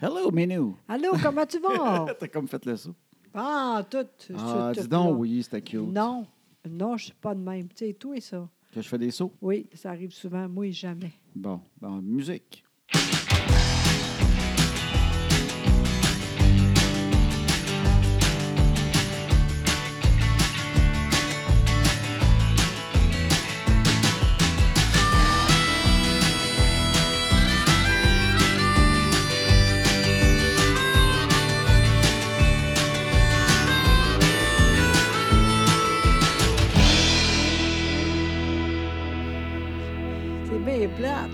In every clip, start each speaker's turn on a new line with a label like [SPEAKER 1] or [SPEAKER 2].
[SPEAKER 1] Hello, Minou!
[SPEAKER 2] Allô, comment tu vas?
[SPEAKER 1] T'as comme fait le saut.
[SPEAKER 2] Ah, tout.
[SPEAKER 1] Ah,
[SPEAKER 2] tout
[SPEAKER 1] dis donc,
[SPEAKER 2] plat.
[SPEAKER 1] oui, c'était cute.
[SPEAKER 2] Non, non, je suis pas de même. Tu sais, toi et ça.
[SPEAKER 1] Que je fais des sauts?
[SPEAKER 2] Oui, ça arrive souvent, moi jamais.
[SPEAKER 1] Bon, ben, musique.
[SPEAKER 2] C'est bien plate.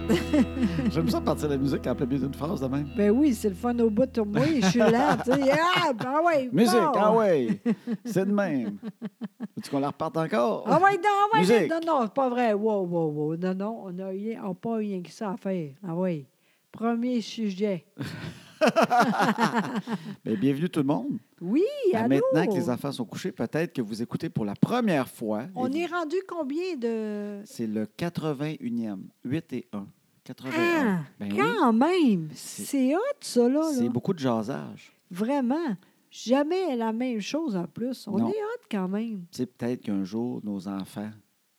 [SPEAKER 1] J'aime ça partir de la musique en plein milieu d'une phrase de même.
[SPEAKER 2] Ben oui, c'est le fun au bout de moi, je suis là, tu sais. Ah, ben ouais,
[SPEAKER 1] Musique,
[SPEAKER 2] bon.
[SPEAKER 1] ah ouais! C'est de même. Veux-tu qu'on la reparte encore?
[SPEAKER 2] Ah ouais, non, ah ouais,
[SPEAKER 1] Musique.
[SPEAKER 2] non, non, c'est pas vrai. Wow, wow, wow. Non, non, on n'a rien- on pas rien que ça à faire. Ah ouais. Premier sujet.
[SPEAKER 1] Ben, bienvenue tout le monde.
[SPEAKER 2] Oui,
[SPEAKER 1] Ben,
[SPEAKER 2] allô?
[SPEAKER 1] maintenant que les enfants sont couchés, peut-être que vous écoutez pour la première fois.
[SPEAKER 2] On
[SPEAKER 1] Et
[SPEAKER 2] est rendu combien de...
[SPEAKER 1] C'est le 81e. 8 et 1. 81.
[SPEAKER 2] Ah,
[SPEAKER 1] ben oui.
[SPEAKER 2] quand même! C'est hot, ça, là. là.
[SPEAKER 1] C'est beaucoup de jasage.
[SPEAKER 2] Vraiment. Jamais la même chose en plus. On
[SPEAKER 1] Non.
[SPEAKER 2] est hot quand même.
[SPEAKER 1] Tu sais, peut-être qu'un jour, nos enfants,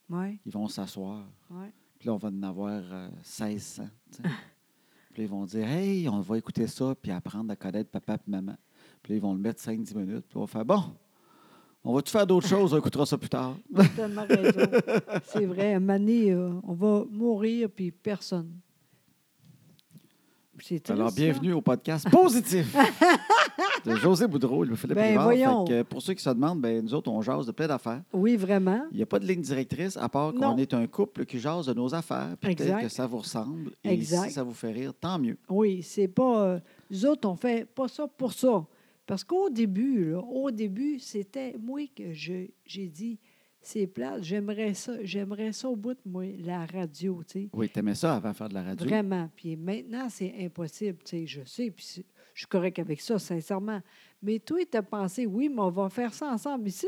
[SPEAKER 2] Oui,
[SPEAKER 1] ils vont s'asseoir.
[SPEAKER 2] oui.
[SPEAKER 1] Puis là, on va en avoir euh, 1600. tu sais. puis là, ils vont dire Hey, on va écouter ça, puis apprendre à connaître papa et maman. Puis là, ils vont le mettre 5-10 minutes, puis on va faire Bon, on va-tu faire d'autres choses On écoutera ça plus tard.
[SPEAKER 2] T'as tellement raison. C'est vrai, à un moment donné, euh, on va mourir, puis personne. C'est triste, hein?
[SPEAKER 1] Alors,
[SPEAKER 2] ça.
[SPEAKER 1] bienvenue au podcast Positif de José Boudreau et Louis-Philippe
[SPEAKER 2] Ben,
[SPEAKER 1] Rivard.
[SPEAKER 2] voyons.
[SPEAKER 1] Fait que, euh, pour ceux qui se demandent, ben, nous autres, on jase de plein d'affaires.
[SPEAKER 2] Oui, vraiment.
[SPEAKER 1] Il n'y a pas de ligne directrice, à part qu'on
[SPEAKER 2] Non.
[SPEAKER 1] est un couple qui jase de nos affaires. Puis peut-être
[SPEAKER 2] Exact.
[SPEAKER 1] que ça vous ressemble. Et
[SPEAKER 2] Exact.
[SPEAKER 1] si ça vous fait rire, tant mieux.
[SPEAKER 2] Oui, c'est pas. euh, nous autres, on fait pas ça pour ça. Parce qu'au début, là, au début, c'était moi que je- j'ai dit c'est plate, j'aimerais ça, j'aimerais ça au bout de moi, la radio, tu sais.
[SPEAKER 1] Oui, t'aimais ça avant de faire de la radio.
[SPEAKER 2] Vraiment. Puis maintenant, c'est impossible. Tu sais, je sais, puis c'est- je suis correct avec ça, sincèrement. Mais toi, tu as pensé, oui, mais on va faire ça ensemble ici.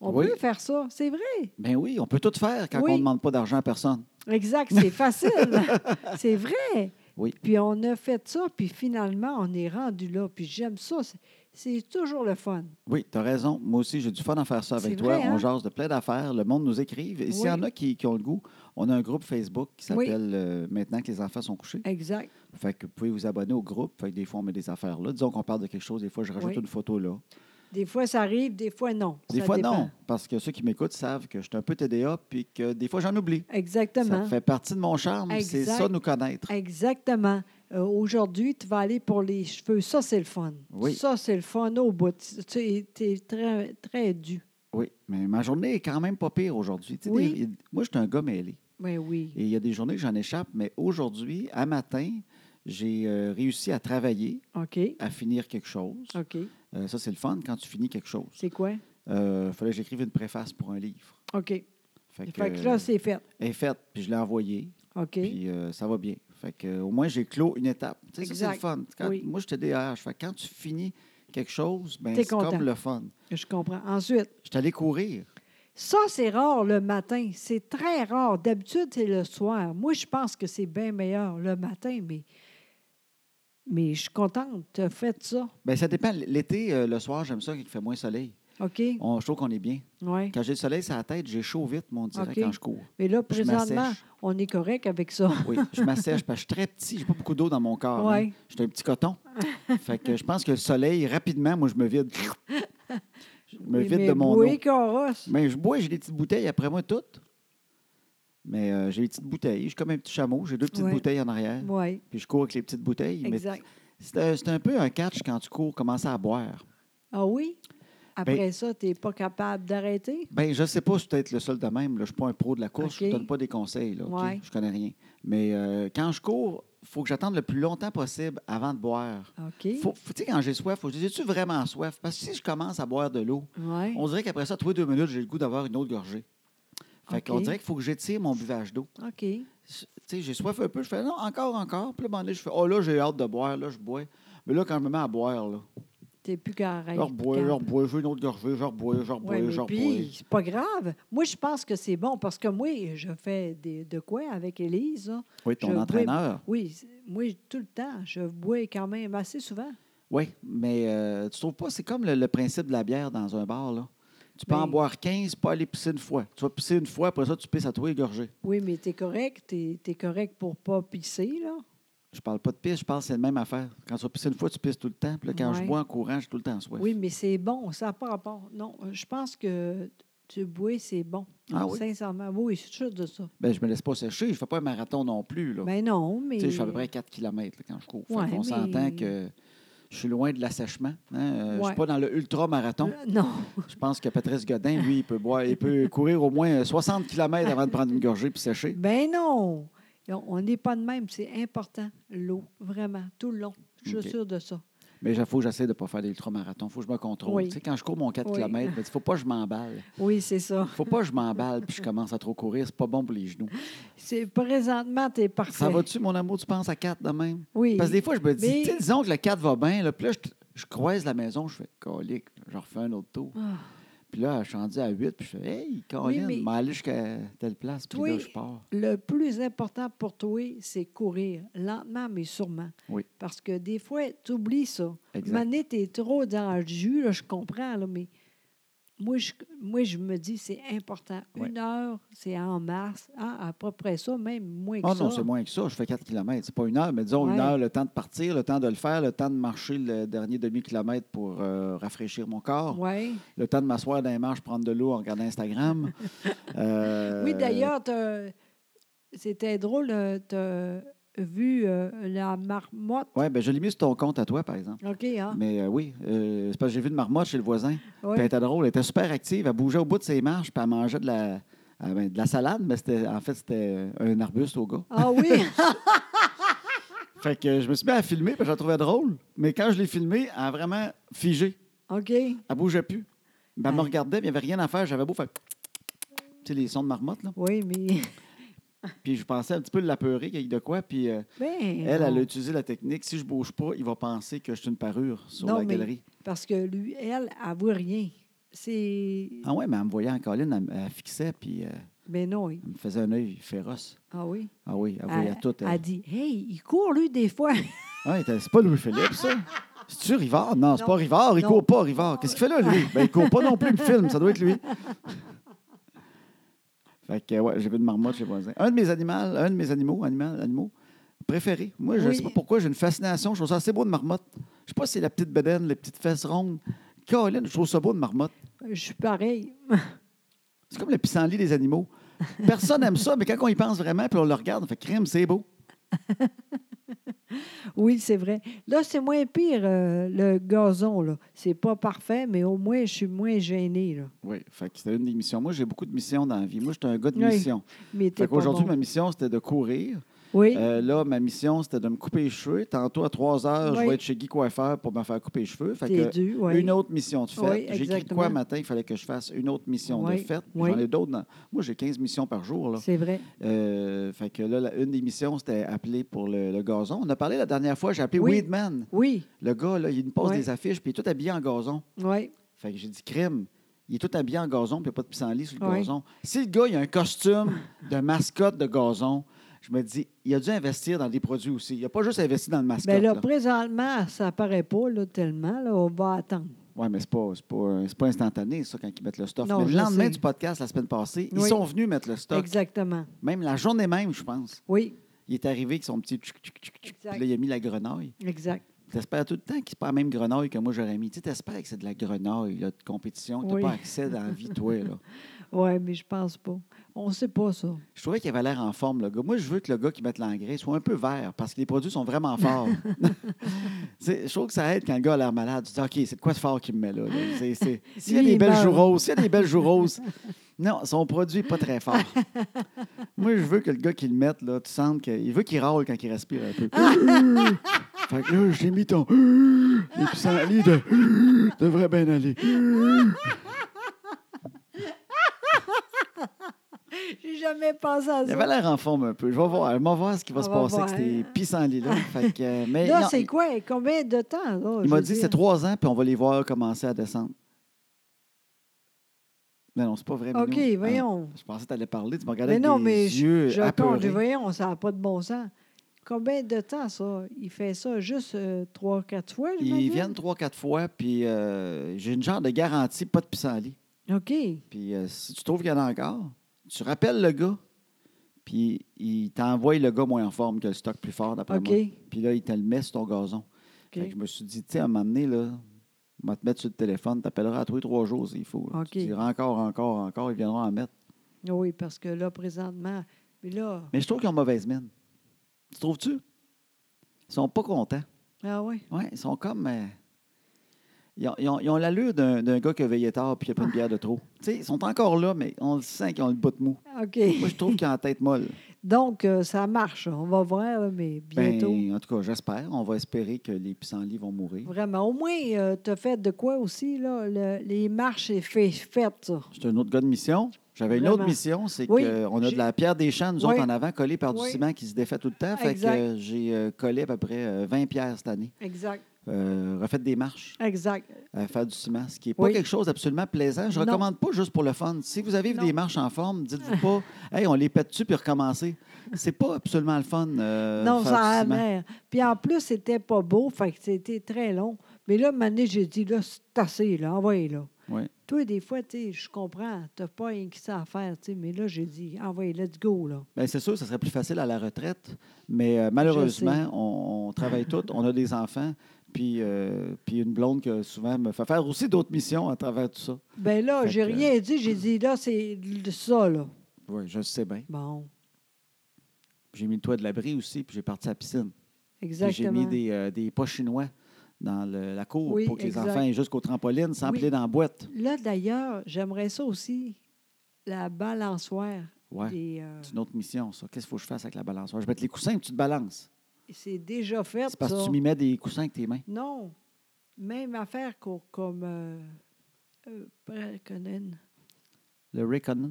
[SPEAKER 2] On
[SPEAKER 1] Oui.
[SPEAKER 2] peut faire ça. C'est vrai.
[SPEAKER 1] Ben oui, on peut tout faire quand
[SPEAKER 2] Oui.
[SPEAKER 1] on ne demande pas d'argent à personne.
[SPEAKER 2] Exact, c'est facile. c'est vrai.
[SPEAKER 1] Oui.
[SPEAKER 2] Puis on a fait ça, puis finalement, on est rendu là. Puis j'aime ça. C'est- C'est toujours le fun.
[SPEAKER 1] Oui, tu as raison. Moi aussi, j'ai du fun à faire ça avec
[SPEAKER 2] C'est
[SPEAKER 1] toi.
[SPEAKER 2] vrai,
[SPEAKER 1] On
[SPEAKER 2] hein?
[SPEAKER 1] jase de plein d'affaires. Le monde nous écrive. Et s'il y en
[SPEAKER 2] Oui.
[SPEAKER 1] a qui, qui ont le goût, on a un groupe Facebook qui
[SPEAKER 2] Oui. Eh.
[SPEAKER 1] s'appelle euh, Maintenant que les enfants sont couchés.
[SPEAKER 2] Exact.
[SPEAKER 1] Fait que vous pouvez vous abonner au groupe. Fait que des fois, on met des affaires là. Disons qu'on parle de quelque chose. Des fois, je rajoute
[SPEAKER 2] Oui.
[SPEAKER 1] une photo là.
[SPEAKER 2] Des fois, ça arrive, des fois, non.
[SPEAKER 1] Des
[SPEAKER 2] Ça
[SPEAKER 1] fois,
[SPEAKER 2] dépend.
[SPEAKER 1] non. Parce que ceux qui m'écoutent savent que je suis un peu TDA puis que des fois, j'en oublie.
[SPEAKER 2] Exactement.
[SPEAKER 1] Ça fait partie de mon charme. C'est
[SPEAKER 2] Exact. Eh.
[SPEAKER 1] ça, nous connaître.
[SPEAKER 2] Exactement. Euh, Aujourd'hui, tu vas aller pour les cheveux. Ça, c'est le fun.
[SPEAKER 1] Oui.
[SPEAKER 2] Ça, c'est le fun au bout. Tu es très, très dû.
[SPEAKER 1] Oui, mais ma journée est quand même pas pire aujourd'hui. Tu sais,
[SPEAKER 2] Oui.
[SPEAKER 1] des- Moi, je suis un gars mêlé.
[SPEAKER 2] Ben oui.
[SPEAKER 1] Et il y a des journées que j'en échappe, mais aujourd'hui, à matin, j'ai euh, réussi à travailler,
[SPEAKER 2] OK.
[SPEAKER 1] à finir quelque chose.
[SPEAKER 2] OK.
[SPEAKER 1] Euh, ça, c'est le fun quand tu finis quelque chose.
[SPEAKER 2] C'est quoi?
[SPEAKER 1] Il fallait que j'écrive une préface pour un livre.
[SPEAKER 2] OK.
[SPEAKER 1] Fait que,
[SPEAKER 2] Fait que là, c'est fait.
[SPEAKER 1] elle est faite, puis je l'ai envoyée,
[SPEAKER 2] OK.
[SPEAKER 1] puis euh, ça va bien. Fait que, euh, au moins, j'ai clos une étape. Tu sais, ça, c'est le
[SPEAKER 2] Exact.
[SPEAKER 1] fun. Quand-
[SPEAKER 2] Oui.
[SPEAKER 1] Moi, je TDAH. Fait que quand tu finis quelque chose, ben,
[SPEAKER 2] T'es
[SPEAKER 1] c'est comme
[SPEAKER 2] content.
[SPEAKER 1] le fun.
[SPEAKER 2] Je comprends. Ensuite,
[SPEAKER 1] Je suis allé courir.
[SPEAKER 2] ça, c'est rare le matin. C'est très rare. D'habitude, c'est le soir. Moi, je pense que c'est bien meilleur le matin, mais, mais je suis contente. Tu as fait ça.
[SPEAKER 1] Ben, ça dépend. L'été, euh, le soir, j'aime ça quand il fait moins soleil.
[SPEAKER 2] OK?
[SPEAKER 1] On, je trouve qu'on est bien.
[SPEAKER 2] Oui.
[SPEAKER 1] Quand j'ai le soleil sur la tête, j'ai chaud vite, mais on dirait,
[SPEAKER 2] OK.
[SPEAKER 1] quand je cours.
[SPEAKER 2] Mais là,
[SPEAKER 1] Je
[SPEAKER 2] présentement,
[SPEAKER 1] m'assèche.
[SPEAKER 2] on est correct avec ça.
[SPEAKER 1] Oui, je m'assèche parce que je suis très petit, j'ai pas beaucoup d'eau dans mon corps. hein.
[SPEAKER 2] Ouais.
[SPEAKER 1] Je suis un petit coton. fait que je pense que le soleil, rapidement, moi, je me vide. Je me
[SPEAKER 2] Oui,
[SPEAKER 1] vide
[SPEAKER 2] mais
[SPEAKER 1] de mon
[SPEAKER 2] bouée,
[SPEAKER 1] eau.
[SPEAKER 2] carrosse.
[SPEAKER 1] Mais je bois, j'ai des petites bouteilles après moi toutes. Mais euh, j'ai des petites bouteilles. Je suis comme un petit chameau, j'ai deux petites
[SPEAKER 2] Ouais.
[SPEAKER 1] bouteilles en arrière.
[SPEAKER 2] Oui,
[SPEAKER 1] Puis je cours avec les petites bouteilles. mais
[SPEAKER 2] exact.
[SPEAKER 1] c'est un, c'est un peu un catch quand tu cours, commencer à boire.
[SPEAKER 2] Ah oui? Après
[SPEAKER 1] Ben-
[SPEAKER 2] ça, tu n'es pas capable d'arrêter?
[SPEAKER 1] Ben, je sais pas, je suis peut-être le seul de même. là. Je suis pas un pro de la course, je ne
[SPEAKER 2] OK.
[SPEAKER 1] donne pas des conseils. Là, OK?
[SPEAKER 2] Ouais.
[SPEAKER 1] Je connais rien. Mais euh, quand je cours, faut que j'attende le plus longtemps possible avant de boire.
[SPEAKER 2] OK.
[SPEAKER 1] Faut- faut- Tu sais, quand j'ai soif, faut que je dise, tu vraiment soif? Parce que si je commence à boire de l'eau,
[SPEAKER 2] Ouais.
[SPEAKER 1] on dirait qu'après ça, tous les deux minutes, j'ai le goût d'avoir une autre gorgée. Fait
[SPEAKER 2] OK.
[SPEAKER 1] qu'on dirait qu'il faut que j'étire mon buvage d'eau.
[SPEAKER 2] OK.
[SPEAKER 1] Tu sais, j'ai soif un peu, je fais, non, encore, encore. Puis là, à un moment donné, je fais, oh là, j'ai hâte de boire, là, je bois. Mais là, quand je me mets à boire, là,
[SPEAKER 2] t'es plus carré.
[SPEAKER 1] Je rebois, je rebois, je veux une autre gorgée, je rebois, je
[SPEAKER 2] Ouais,
[SPEAKER 1] rebois,
[SPEAKER 2] mais
[SPEAKER 1] je rebois.
[SPEAKER 2] puis, c'est pas grave. Moi, je pense que c'est bon parce que moi, je fais des, de quoi avec Élise. là.
[SPEAKER 1] Oui,
[SPEAKER 2] je
[SPEAKER 1] ton
[SPEAKER 2] bois-
[SPEAKER 1] entraîneur.
[SPEAKER 2] Oui, c'est- moi, tout le temps, je bois quand même assez souvent.
[SPEAKER 1] Oui, mais euh, tu trouves pas, c'est comme le, le principe de la bière dans un bar, là. Tu peux en
[SPEAKER 2] Ben-
[SPEAKER 1] boire 15, pas aller pisser une fois. Tu vas pisser une fois, après ça, tu pisses à toi et gorgée.
[SPEAKER 2] Oui, mais t'es correct. T'es es correct pour pas pisser, là.
[SPEAKER 1] Je parle pas de pisse, je parle que c'est la même affaire. Quand tu vas pisser une fois, tu pisses tout le temps. Puis là, quand je
[SPEAKER 2] Ouais.
[SPEAKER 1] bois en courant, j'ai tout le temps soif.
[SPEAKER 2] Oui, mais c'est bon, ça n'a pas rapport. Non, je pense que tu bois, c'est bon.
[SPEAKER 1] Ah oui?
[SPEAKER 2] Sincèrement, oui, je suis sûre de ça.
[SPEAKER 1] Ben, je me laisse pas sécher, je fais pas un marathon non plus, là.
[SPEAKER 2] Ben non, mais.
[SPEAKER 1] Tu sais, je fais à peu près 4 km quand je cours. Fait
[SPEAKER 2] Ouais,
[SPEAKER 1] qu'on
[SPEAKER 2] mais-
[SPEAKER 1] s'entend que je suis loin de l'assèchement. hein. Euh, Je
[SPEAKER 2] Ouais.
[SPEAKER 1] suis pas dans le ultra-marathon.
[SPEAKER 2] Euh, Non.
[SPEAKER 1] Je pense que Patrice Godin, lui, il peut boire, il peut courir au moins 60 km avant de prendre une gorgée puis sécher.
[SPEAKER 2] Ben non. On on n'est pas de même. C'est important, l'eau, vraiment, tout le long. Je suis
[SPEAKER 1] OK.
[SPEAKER 2] sûre de ça.
[SPEAKER 1] Mais il faut que j'essaie de ne pas faire des ultramarathons. Il faut que je me contrôle.
[SPEAKER 2] Oui.
[SPEAKER 1] Tu sais, quand je cours mon 4
[SPEAKER 2] Oui.
[SPEAKER 1] km, il ne faut pas que je m'emballe.
[SPEAKER 2] Oui, c'est ça.
[SPEAKER 1] Il faut pas que je m'emballe puis je commence à trop courir. C'est pas bon pour les genoux.
[SPEAKER 2] C'est Présentement, tu es parfait.
[SPEAKER 1] Ça va-tu, mon amour, tu penses à 4 de même?
[SPEAKER 2] Oui.
[SPEAKER 1] Parce que des fois, je me dis,
[SPEAKER 2] Mais-
[SPEAKER 1] tu sais, disons que le 4 va bien. Là, puis là, je, je croise la maison, je fais colique, je refais un autre tour.
[SPEAKER 2] Ah.
[SPEAKER 1] Puis là, je suis rendu à 8, puis je fais Hey, Colin,
[SPEAKER 2] mais-
[SPEAKER 1] je vais aller jusqu'à telle place, puis
[SPEAKER 2] Toi-
[SPEAKER 1] là, je pars.
[SPEAKER 2] Le plus important pour toi, c'est courir, lentement, mais sûrement.
[SPEAKER 1] Oui.
[SPEAKER 2] Parce que des fois, tu oublies ça.
[SPEAKER 1] Exact.
[SPEAKER 2] Mané, tu es trop dans le jus, là, je comprends, là, mais moi je, moi, je me dis c'est important.
[SPEAKER 1] Ouais.
[SPEAKER 2] Une heure, c'est en mars. Ah, à peu près ça, même moins que
[SPEAKER 1] Ah
[SPEAKER 2] ça.
[SPEAKER 1] non, c'est moins que ça. Je fais 4 km. C'est pas une heure, mais disons
[SPEAKER 2] Ouais.
[SPEAKER 1] une heure, le temps de partir, le temps de le faire, le temps de marcher le dernier demi-kilomètre pour euh, rafraîchir mon corps,
[SPEAKER 2] Ouais.
[SPEAKER 1] le temps de m'asseoir dans les marches, prendre de l'eau en regardant Instagram. Euh,
[SPEAKER 2] Oui, d'ailleurs, t'as- c'était drôle, tu as vu euh, la marmotte.
[SPEAKER 1] Oui, ben, je l'ai mis sur ton compte à toi, par exemple.
[SPEAKER 2] OK, hein?
[SPEAKER 1] Mais euh, oui, euh, c'est parce que j'ai vu une marmotte chez le voisin.
[SPEAKER 2] Oui.
[SPEAKER 1] Puis elle était drôle, elle était super active. Elle bougeait au bout de ses marches, puis elle mangeait de la, ah, ben, de la salade, mais c'était en fait, c'était un arbuste au gars.
[SPEAKER 2] Ah oui!
[SPEAKER 1] Fait que je me suis mis à filmer, puis je la trouvais drôle. Mais quand je l'ai filmée, elle a vraiment figé.
[SPEAKER 2] OK.
[SPEAKER 1] Elle bougeait plus. Ben, elle me
[SPEAKER 2] Ouais.
[SPEAKER 1] regardait, puis il n'y avait rien à faire. J'avais beau faire... Tu sais, les sons de marmotte, là.
[SPEAKER 2] Oui, mais.
[SPEAKER 1] Puis je pensais un petit peu l'apeurer, qu'il y ait de quoi. Puis euh,
[SPEAKER 2] Ben,
[SPEAKER 1] elle, elle
[SPEAKER 2] non.
[SPEAKER 1] a utilisé la technique. Si je bouge pas, il va penser que je suis une parure sur
[SPEAKER 2] Non,
[SPEAKER 1] la
[SPEAKER 2] mais-
[SPEAKER 1] galerie.
[SPEAKER 2] Parce que lui, elle, elle voit rien. C'est.
[SPEAKER 1] Ah ouais, mais elle me voyait en colline, elle, me- elle fixait, puis euh,
[SPEAKER 2] Mais non, il-
[SPEAKER 1] elle me faisait un œil féroce.
[SPEAKER 2] ah oui.
[SPEAKER 1] Ah oui, elle voyait tout. elle.
[SPEAKER 2] elle dit Hey, il court, lui, des fois.
[SPEAKER 1] Ouais, t'as- c'est pas Louis-Philippe, ça? C'est-tu Rivard? Non, c'est
[SPEAKER 2] Non.
[SPEAKER 1] pas Rivard. Il
[SPEAKER 2] Non.
[SPEAKER 1] court pas, Rivard. Qu'est-ce qu'il fait là, lui? Ben, il court pas non plus, il me filme. Ça doit être lui. Fait que, ouais, j'ai vu une marmotte chez voisin. Un de mes animaux, un de mes animaux, animal- animaux préférés. Moi, je
[SPEAKER 2] Oui.
[SPEAKER 1] sais pas pourquoi, j'ai une fascination. Je trouve ça assez beau de marmotte. Je sais pas si c'est la petite bedaine, les petites fesses rondes. Caroline, je trouve ça beau de marmotte.
[SPEAKER 2] Je suis pareil.
[SPEAKER 1] C'est comme le pissenlit des animaux. Personne n'aime ça, mais quand on y pense vraiment, puis on le regarde, on fait crime, c'est beau.
[SPEAKER 2] Oui, c'est vrai. Là, c'est moins pire, euh, le gazon. là. C'est pas parfait, mais au moins, je suis moins gênée. Là.
[SPEAKER 1] Oui, fait que c'était une des missions. Moi, j'ai beaucoup de missions dans la vie. Moi, j'étais un gars de
[SPEAKER 2] Oui.
[SPEAKER 1] mission.
[SPEAKER 2] Mais t'es
[SPEAKER 1] Fait
[SPEAKER 2] pas
[SPEAKER 1] qu'aujourd'hui,
[SPEAKER 2] bon.
[SPEAKER 1] ma mission, c'était de courir.
[SPEAKER 2] Oui.
[SPEAKER 1] Euh, là, ma mission, c'était de me couper les cheveux. Tantôt, à 3 heures, je
[SPEAKER 2] Oui.
[SPEAKER 1] vais être chez Guy Coiffeur pour me faire couper les cheveux. Fait
[SPEAKER 2] t'es
[SPEAKER 1] que,
[SPEAKER 2] dû, oui.
[SPEAKER 1] une autre mission de
[SPEAKER 2] Oui,
[SPEAKER 1] fête. J'ai écrit de
[SPEAKER 2] exactement.
[SPEAKER 1] quoi un matin? Il fallait que je fasse une autre mission
[SPEAKER 2] Oui,
[SPEAKER 1] de fête.
[SPEAKER 2] oui.
[SPEAKER 1] J'en ai d'autres. dans- Moi, j'ai 15 missions par jour. Là.
[SPEAKER 2] C'est vrai.
[SPEAKER 1] Euh, fait que là, la- une des missions, c'était appeler pour le, le gazon. On a parlé la dernière fois, j'ai appelé
[SPEAKER 2] Oui.
[SPEAKER 1] Weedman.
[SPEAKER 2] Oui,
[SPEAKER 1] Le gars, là, il nous pose
[SPEAKER 2] Oui.
[SPEAKER 1] des affiches, puis il est tout habillé en gazon.
[SPEAKER 2] oui.
[SPEAKER 1] Fait que j'ai dit, crime, il est tout habillé en gazon, puis il n'y a pas de pissenlit sur le
[SPEAKER 2] Ouais.
[SPEAKER 1] gazon. Si le gars, il a un costume de mascotte de gazon, je me dis, il a dû investir dans des produits aussi. Il n'a pas juste investi dans le mascotte.
[SPEAKER 2] Mais Ben là,
[SPEAKER 1] là.
[SPEAKER 2] présentement, ça paraît pas là, tellement. Là, on va attendre.
[SPEAKER 1] Ouais, mais ce n'est pas, c'est pas, c'est pas instantané, ça, quand ils mettent le stock.
[SPEAKER 2] Non,
[SPEAKER 1] mais le
[SPEAKER 2] je
[SPEAKER 1] lendemain
[SPEAKER 2] sais.
[SPEAKER 1] du podcast, la semaine passée, ils
[SPEAKER 2] Oui.
[SPEAKER 1] sont venus mettre le stock.
[SPEAKER 2] Exactement.
[SPEAKER 1] Même la journée même, je pense.
[SPEAKER 2] Oui,
[SPEAKER 1] Il est arrivé avec son petit tchouc, tchouc, tchouc, tchouc,
[SPEAKER 2] Exact.
[SPEAKER 1] puis là, il a mis la grenouille.
[SPEAKER 2] exact.
[SPEAKER 1] T'espères tout le temps que c'est pas la même grenouille que moi j'aurais mis. Tu sais, t'espères que c'est de la grenouille là, de compétition, que t'as
[SPEAKER 2] Oui.
[SPEAKER 1] pas accès dans la vie, toi. Là.
[SPEAKER 2] Oui, mais je pense pas. On sait pas ça.
[SPEAKER 1] Je trouvais qu'il avait l'air en forme, le gars. Moi, je veux que le gars qui mette l'engrais soit un peu vert parce que les produits sont vraiment forts. Tu sais, je trouve que ça aide quand le gars a l'air malade. Tu te dis, OK, c'est de quoi de fort qu'il me met là? là? C'est- c'est- S'il y a
[SPEAKER 2] Lui,
[SPEAKER 1] des
[SPEAKER 2] il
[SPEAKER 1] belles
[SPEAKER 2] meurt.
[SPEAKER 1] joues roses, s'il y a des belles joues roses. Non, son produit n'est pas très fort. Moi, je veux que le gars qui le mette, là, tu sentes qu'il veut qu'il râle quand il respire un peu.
[SPEAKER 2] Ah!
[SPEAKER 1] fait que là, j'ai mis ton. Et puis, ça lit de. devrait bien aller.
[SPEAKER 2] J'ai jamais jamais pensé à
[SPEAKER 1] Il
[SPEAKER 2] ça.
[SPEAKER 1] avait l'air en forme un peu. Je vais voir, je vais voir ce qui va
[SPEAKER 2] On
[SPEAKER 1] se
[SPEAKER 2] va
[SPEAKER 1] passer
[SPEAKER 2] voir.
[SPEAKER 1] avec ces pissenlits-là. Fait que, euh, mais
[SPEAKER 2] Là,
[SPEAKER 1] non,
[SPEAKER 2] c'est
[SPEAKER 1] il-
[SPEAKER 2] quoi? Combien de temps? là,
[SPEAKER 1] Il
[SPEAKER 2] je hein.
[SPEAKER 1] m'a
[SPEAKER 2] veux
[SPEAKER 1] dit
[SPEAKER 2] dire?
[SPEAKER 1] c'est trois ans, puis on va les voir commencer à descendre. Non, non, c'est pas vrai.
[SPEAKER 2] OK,
[SPEAKER 1] Minou.
[SPEAKER 2] voyons.
[SPEAKER 1] Ah, je pensais que tu allais parler. Tu me regardais avec
[SPEAKER 2] Mais non,
[SPEAKER 1] des
[SPEAKER 2] mais je,
[SPEAKER 1] yeux
[SPEAKER 2] je compte.
[SPEAKER 1] apeurés.
[SPEAKER 2] Voyons, ça n'a pas de bon sens. Combien de temps, ça? Il fait ça juste euh, trois, quatre fois,
[SPEAKER 1] Ils
[SPEAKER 2] j'imagine?
[SPEAKER 1] viennent trois, quatre fois, puis euh, j'ai une genre de garantie, pas de pissenlit.
[SPEAKER 2] OK.
[SPEAKER 1] Puis euh, si tu trouves qu'il y en a encore, tu rappelles le gars, puis il t'envoie le gars moins en forme que le stock plus fort, d'après
[SPEAKER 2] OK.
[SPEAKER 1] moi. Puis là, il te le met sur ton gazon. Fait
[SPEAKER 2] OK.
[SPEAKER 1] que je me suis dit, tu sais, à un moment donné, là, on va te mettre sur le téléphone, t'appelleras à tous les trois jours s'il faut. là.
[SPEAKER 2] OK.
[SPEAKER 1] Tu diras encore, encore, encore, ils viendront en mettre.
[SPEAKER 2] Oui, parce que là, présentement, mais là,
[SPEAKER 1] Mais je trouve qu'ils ont mauvaise mine. Tu trouves-tu? Ils sont pas contents.
[SPEAKER 2] ah oui.
[SPEAKER 1] Oui, ils sont comme. euh, ils ont- ils ont ils ont l'allure d'un d'un gars qui a veillé tard puis qui a pris une bière de
[SPEAKER 2] Ah.
[SPEAKER 1] trop. Tu sais, ils sont encore là, mais on le sent qu'ils ont le bout de mou.
[SPEAKER 2] OK.
[SPEAKER 1] Moi, je trouve qu'ils ont la tête molle.
[SPEAKER 2] Donc, euh, ça marche. On va voir, là, mais bientôt.
[SPEAKER 1] Ben, en tout cas, j'espère. On va espérer que les pissenlits vont mourir.
[SPEAKER 2] Vraiment. Au moins, tu as fait de quoi aussi, là? le- les marches, c'est fait, faites, ça.
[SPEAKER 1] J'étais un autre gars de mission. J'avais une
[SPEAKER 2] Vraiment.
[SPEAKER 1] autre mission, c'est
[SPEAKER 2] Oui,
[SPEAKER 1] qu'on a
[SPEAKER 2] j'ai-
[SPEAKER 1] de la pierre des champs, nous
[SPEAKER 2] Oui.
[SPEAKER 1] autres, en avant, collée par du
[SPEAKER 2] Oui.
[SPEAKER 1] ciment qui se défait tout le temps. Fait
[SPEAKER 2] Exact.
[SPEAKER 1] que euh, j'ai euh, collé à peu près euh, 20 pierres cette année.
[SPEAKER 2] Exact.
[SPEAKER 1] Euh, refait des marches.
[SPEAKER 2] Exact.
[SPEAKER 1] à faire du ciment, ce qui n'est pas
[SPEAKER 2] Oui.
[SPEAKER 1] quelque chose d'absolument plaisant. Je ne
[SPEAKER 2] Non.
[SPEAKER 1] recommande pas juste pour le fun. Si vous avez
[SPEAKER 2] Non.
[SPEAKER 1] des marches en forme, dites-vous pas, hey, on les pète dessus puis recommencer. C'est pas absolument le fun. euh,
[SPEAKER 2] non,
[SPEAKER 1] faire
[SPEAKER 2] ça a
[SPEAKER 1] du ciment.
[SPEAKER 2] l'air. Puis en plus, c'était pas beau, fait que c'était très long. Mais là, Mané, j'ai dit, là, c'est assez, là, envoyez-la.
[SPEAKER 1] Oui.
[SPEAKER 2] Toi, des fois, tu sais, je comprends, t'as pas rien que ça à faire, tu sais, mais là, j'ai dit, envoyez, let's go, là.
[SPEAKER 1] Bien, Ben, c'est sûr, ça serait plus facile à la retraite, mais euh, malheureusement, on, on travaille tous, on a des enfants, puis, euh, puis une blonde que souvent me fait faire aussi d'autres missions à travers tout ça.
[SPEAKER 2] Ben là,
[SPEAKER 1] Fait
[SPEAKER 2] j'ai
[SPEAKER 1] que- euh,
[SPEAKER 2] rien dit, j'ai dit, là, c'est l- ça, là.
[SPEAKER 1] Oui, je sais bien.
[SPEAKER 2] Bon,
[SPEAKER 1] J'ai mis le toit de l'abri aussi, puis j'ai parti à la piscine. Puis J'ai
[SPEAKER 2] exactement.
[SPEAKER 1] mis des, euh, des pas chinois dans le- la cour
[SPEAKER 2] Oui,
[SPEAKER 1] pour que
[SPEAKER 2] exact.
[SPEAKER 1] les enfants aient jusqu'au trampoline sans
[SPEAKER 2] Oui.
[SPEAKER 1] plier dans la boîte.
[SPEAKER 2] Là, d'ailleurs, j'aimerais ça aussi, la balançoire.
[SPEAKER 1] Ouais.
[SPEAKER 2] des, euh,
[SPEAKER 1] C'est une autre mission, ça. Qu'est-ce qu'il faut que je fasse avec la balançoire? Je vais mettre les coussins et tu te balances.
[SPEAKER 2] c'est déjà fait,
[SPEAKER 1] C'est parce
[SPEAKER 2] ça.
[SPEAKER 1] que tu m'y mets des coussins avec tes mains.
[SPEAKER 2] Non. Même affaire qu'au- comme... Euh, euh, Breakenen.
[SPEAKER 1] Le Ray Conan.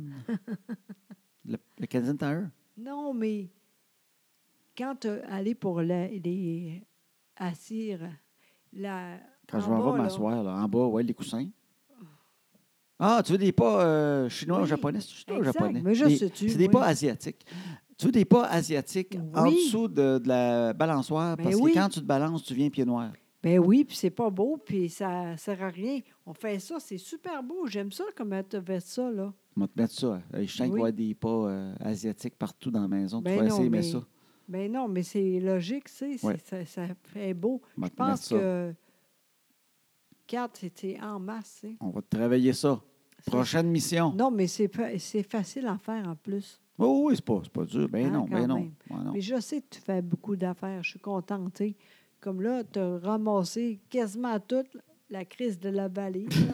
[SPEAKER 1] le, le Canadian Tire.
[SPEAKER 2] Non, mais quand tu allé pour la- les assires, la.
[SPEAKER 1] Quand je
[SPEAKER 2] en
[SPEAKER 1] m'en
[SPEAKER 2] bas,
[SPEAKER 1] vais
[SPEAKER 2] là,
[SPEAKER 1] m'asseoir, là, en bas, ouais, les coussins. Ah, tu veux des pas euh, chinois ou
[SPEAKER 2] Oui,
[SPEAKER 1] japonais? C'est chinois ou
[SPEAKER 2] exact,
[SPEAKER 1] japonais?
[SPEAKER 2] mais je
[SPEAKER 1] Des-
[SPEAKER 2] sais-tu,
[SPEAKER 1] C'est des
[SPEAKER 2] oui.
[SPEAKER 1] pas asiatiques. Tu veux des pas asiatiques en
[SPEAKER 2] Oui.
[SPEAKER 1] dessous de, de la balançoire?
[SPEAKER 2] Ben
[SPEAKER 1] parce
[SPEAKER 2] oui.
[SPEAKER 1] que quand tu te balances, tu viens pieds noirs.
[SPEAKER 2] Ben oui, puis c'est pas beau, puis ça sert à rien. On fait ça, c'est super beau. J'aime ça comment tu fait ça, là.
[SPEAKER 1] On va te mettre ça. Euh, Je sens qu'il va y avoir des pas euh, asiatiques partout dans la maison.
[SPEAKER 2] Ben
[SPEAKER 1] tu vas
[SPEAKER 2] non,
[SPEAKER 1] essayer, mais
[SPEAKER 2] mais-
[SPEAKER 1] ça.
[SPEAKER 2] Ben non, mais c'est logique, tu sais,
[SPEAKER 1] Ouais.
[SPEAKER 2] c'est- ça, ça fait beau.
[SPEAKER 1] On va
[SPEAKER 2] Je
[SPEAKER 1] te mettre
[SPEAKER 2] pense
[SPEAKER 1] ça.
[SPEAKER 2] que quatre, c'était en masse, tu sais.
[SPEAKER 1] On va te travailler ça.
[SPEAKER 2] Ça-
[SPEAKER 1] Prochaine mission.
[SPEAKER 2] Non, mais c'est fa- c'est facile à faire en plus.
[SPEAKER 1] Oh oui, c'est pas, c'est pas dur. Ben
[SPEAKER 2] Hein,
[SPEAKER 1] non,
[SPEAKER 2] quand
[SPEAKER 1] ben non.
[SPEAKER 2] même.
[SPEAKER 1] Ouais, non.
[SPEAKER 2] Mais je sais que tu fais beaucoup d'affaires. Je suis contente. tu sais. Comme là, tu as ramassé quasiment toute la crise de la vallée. là.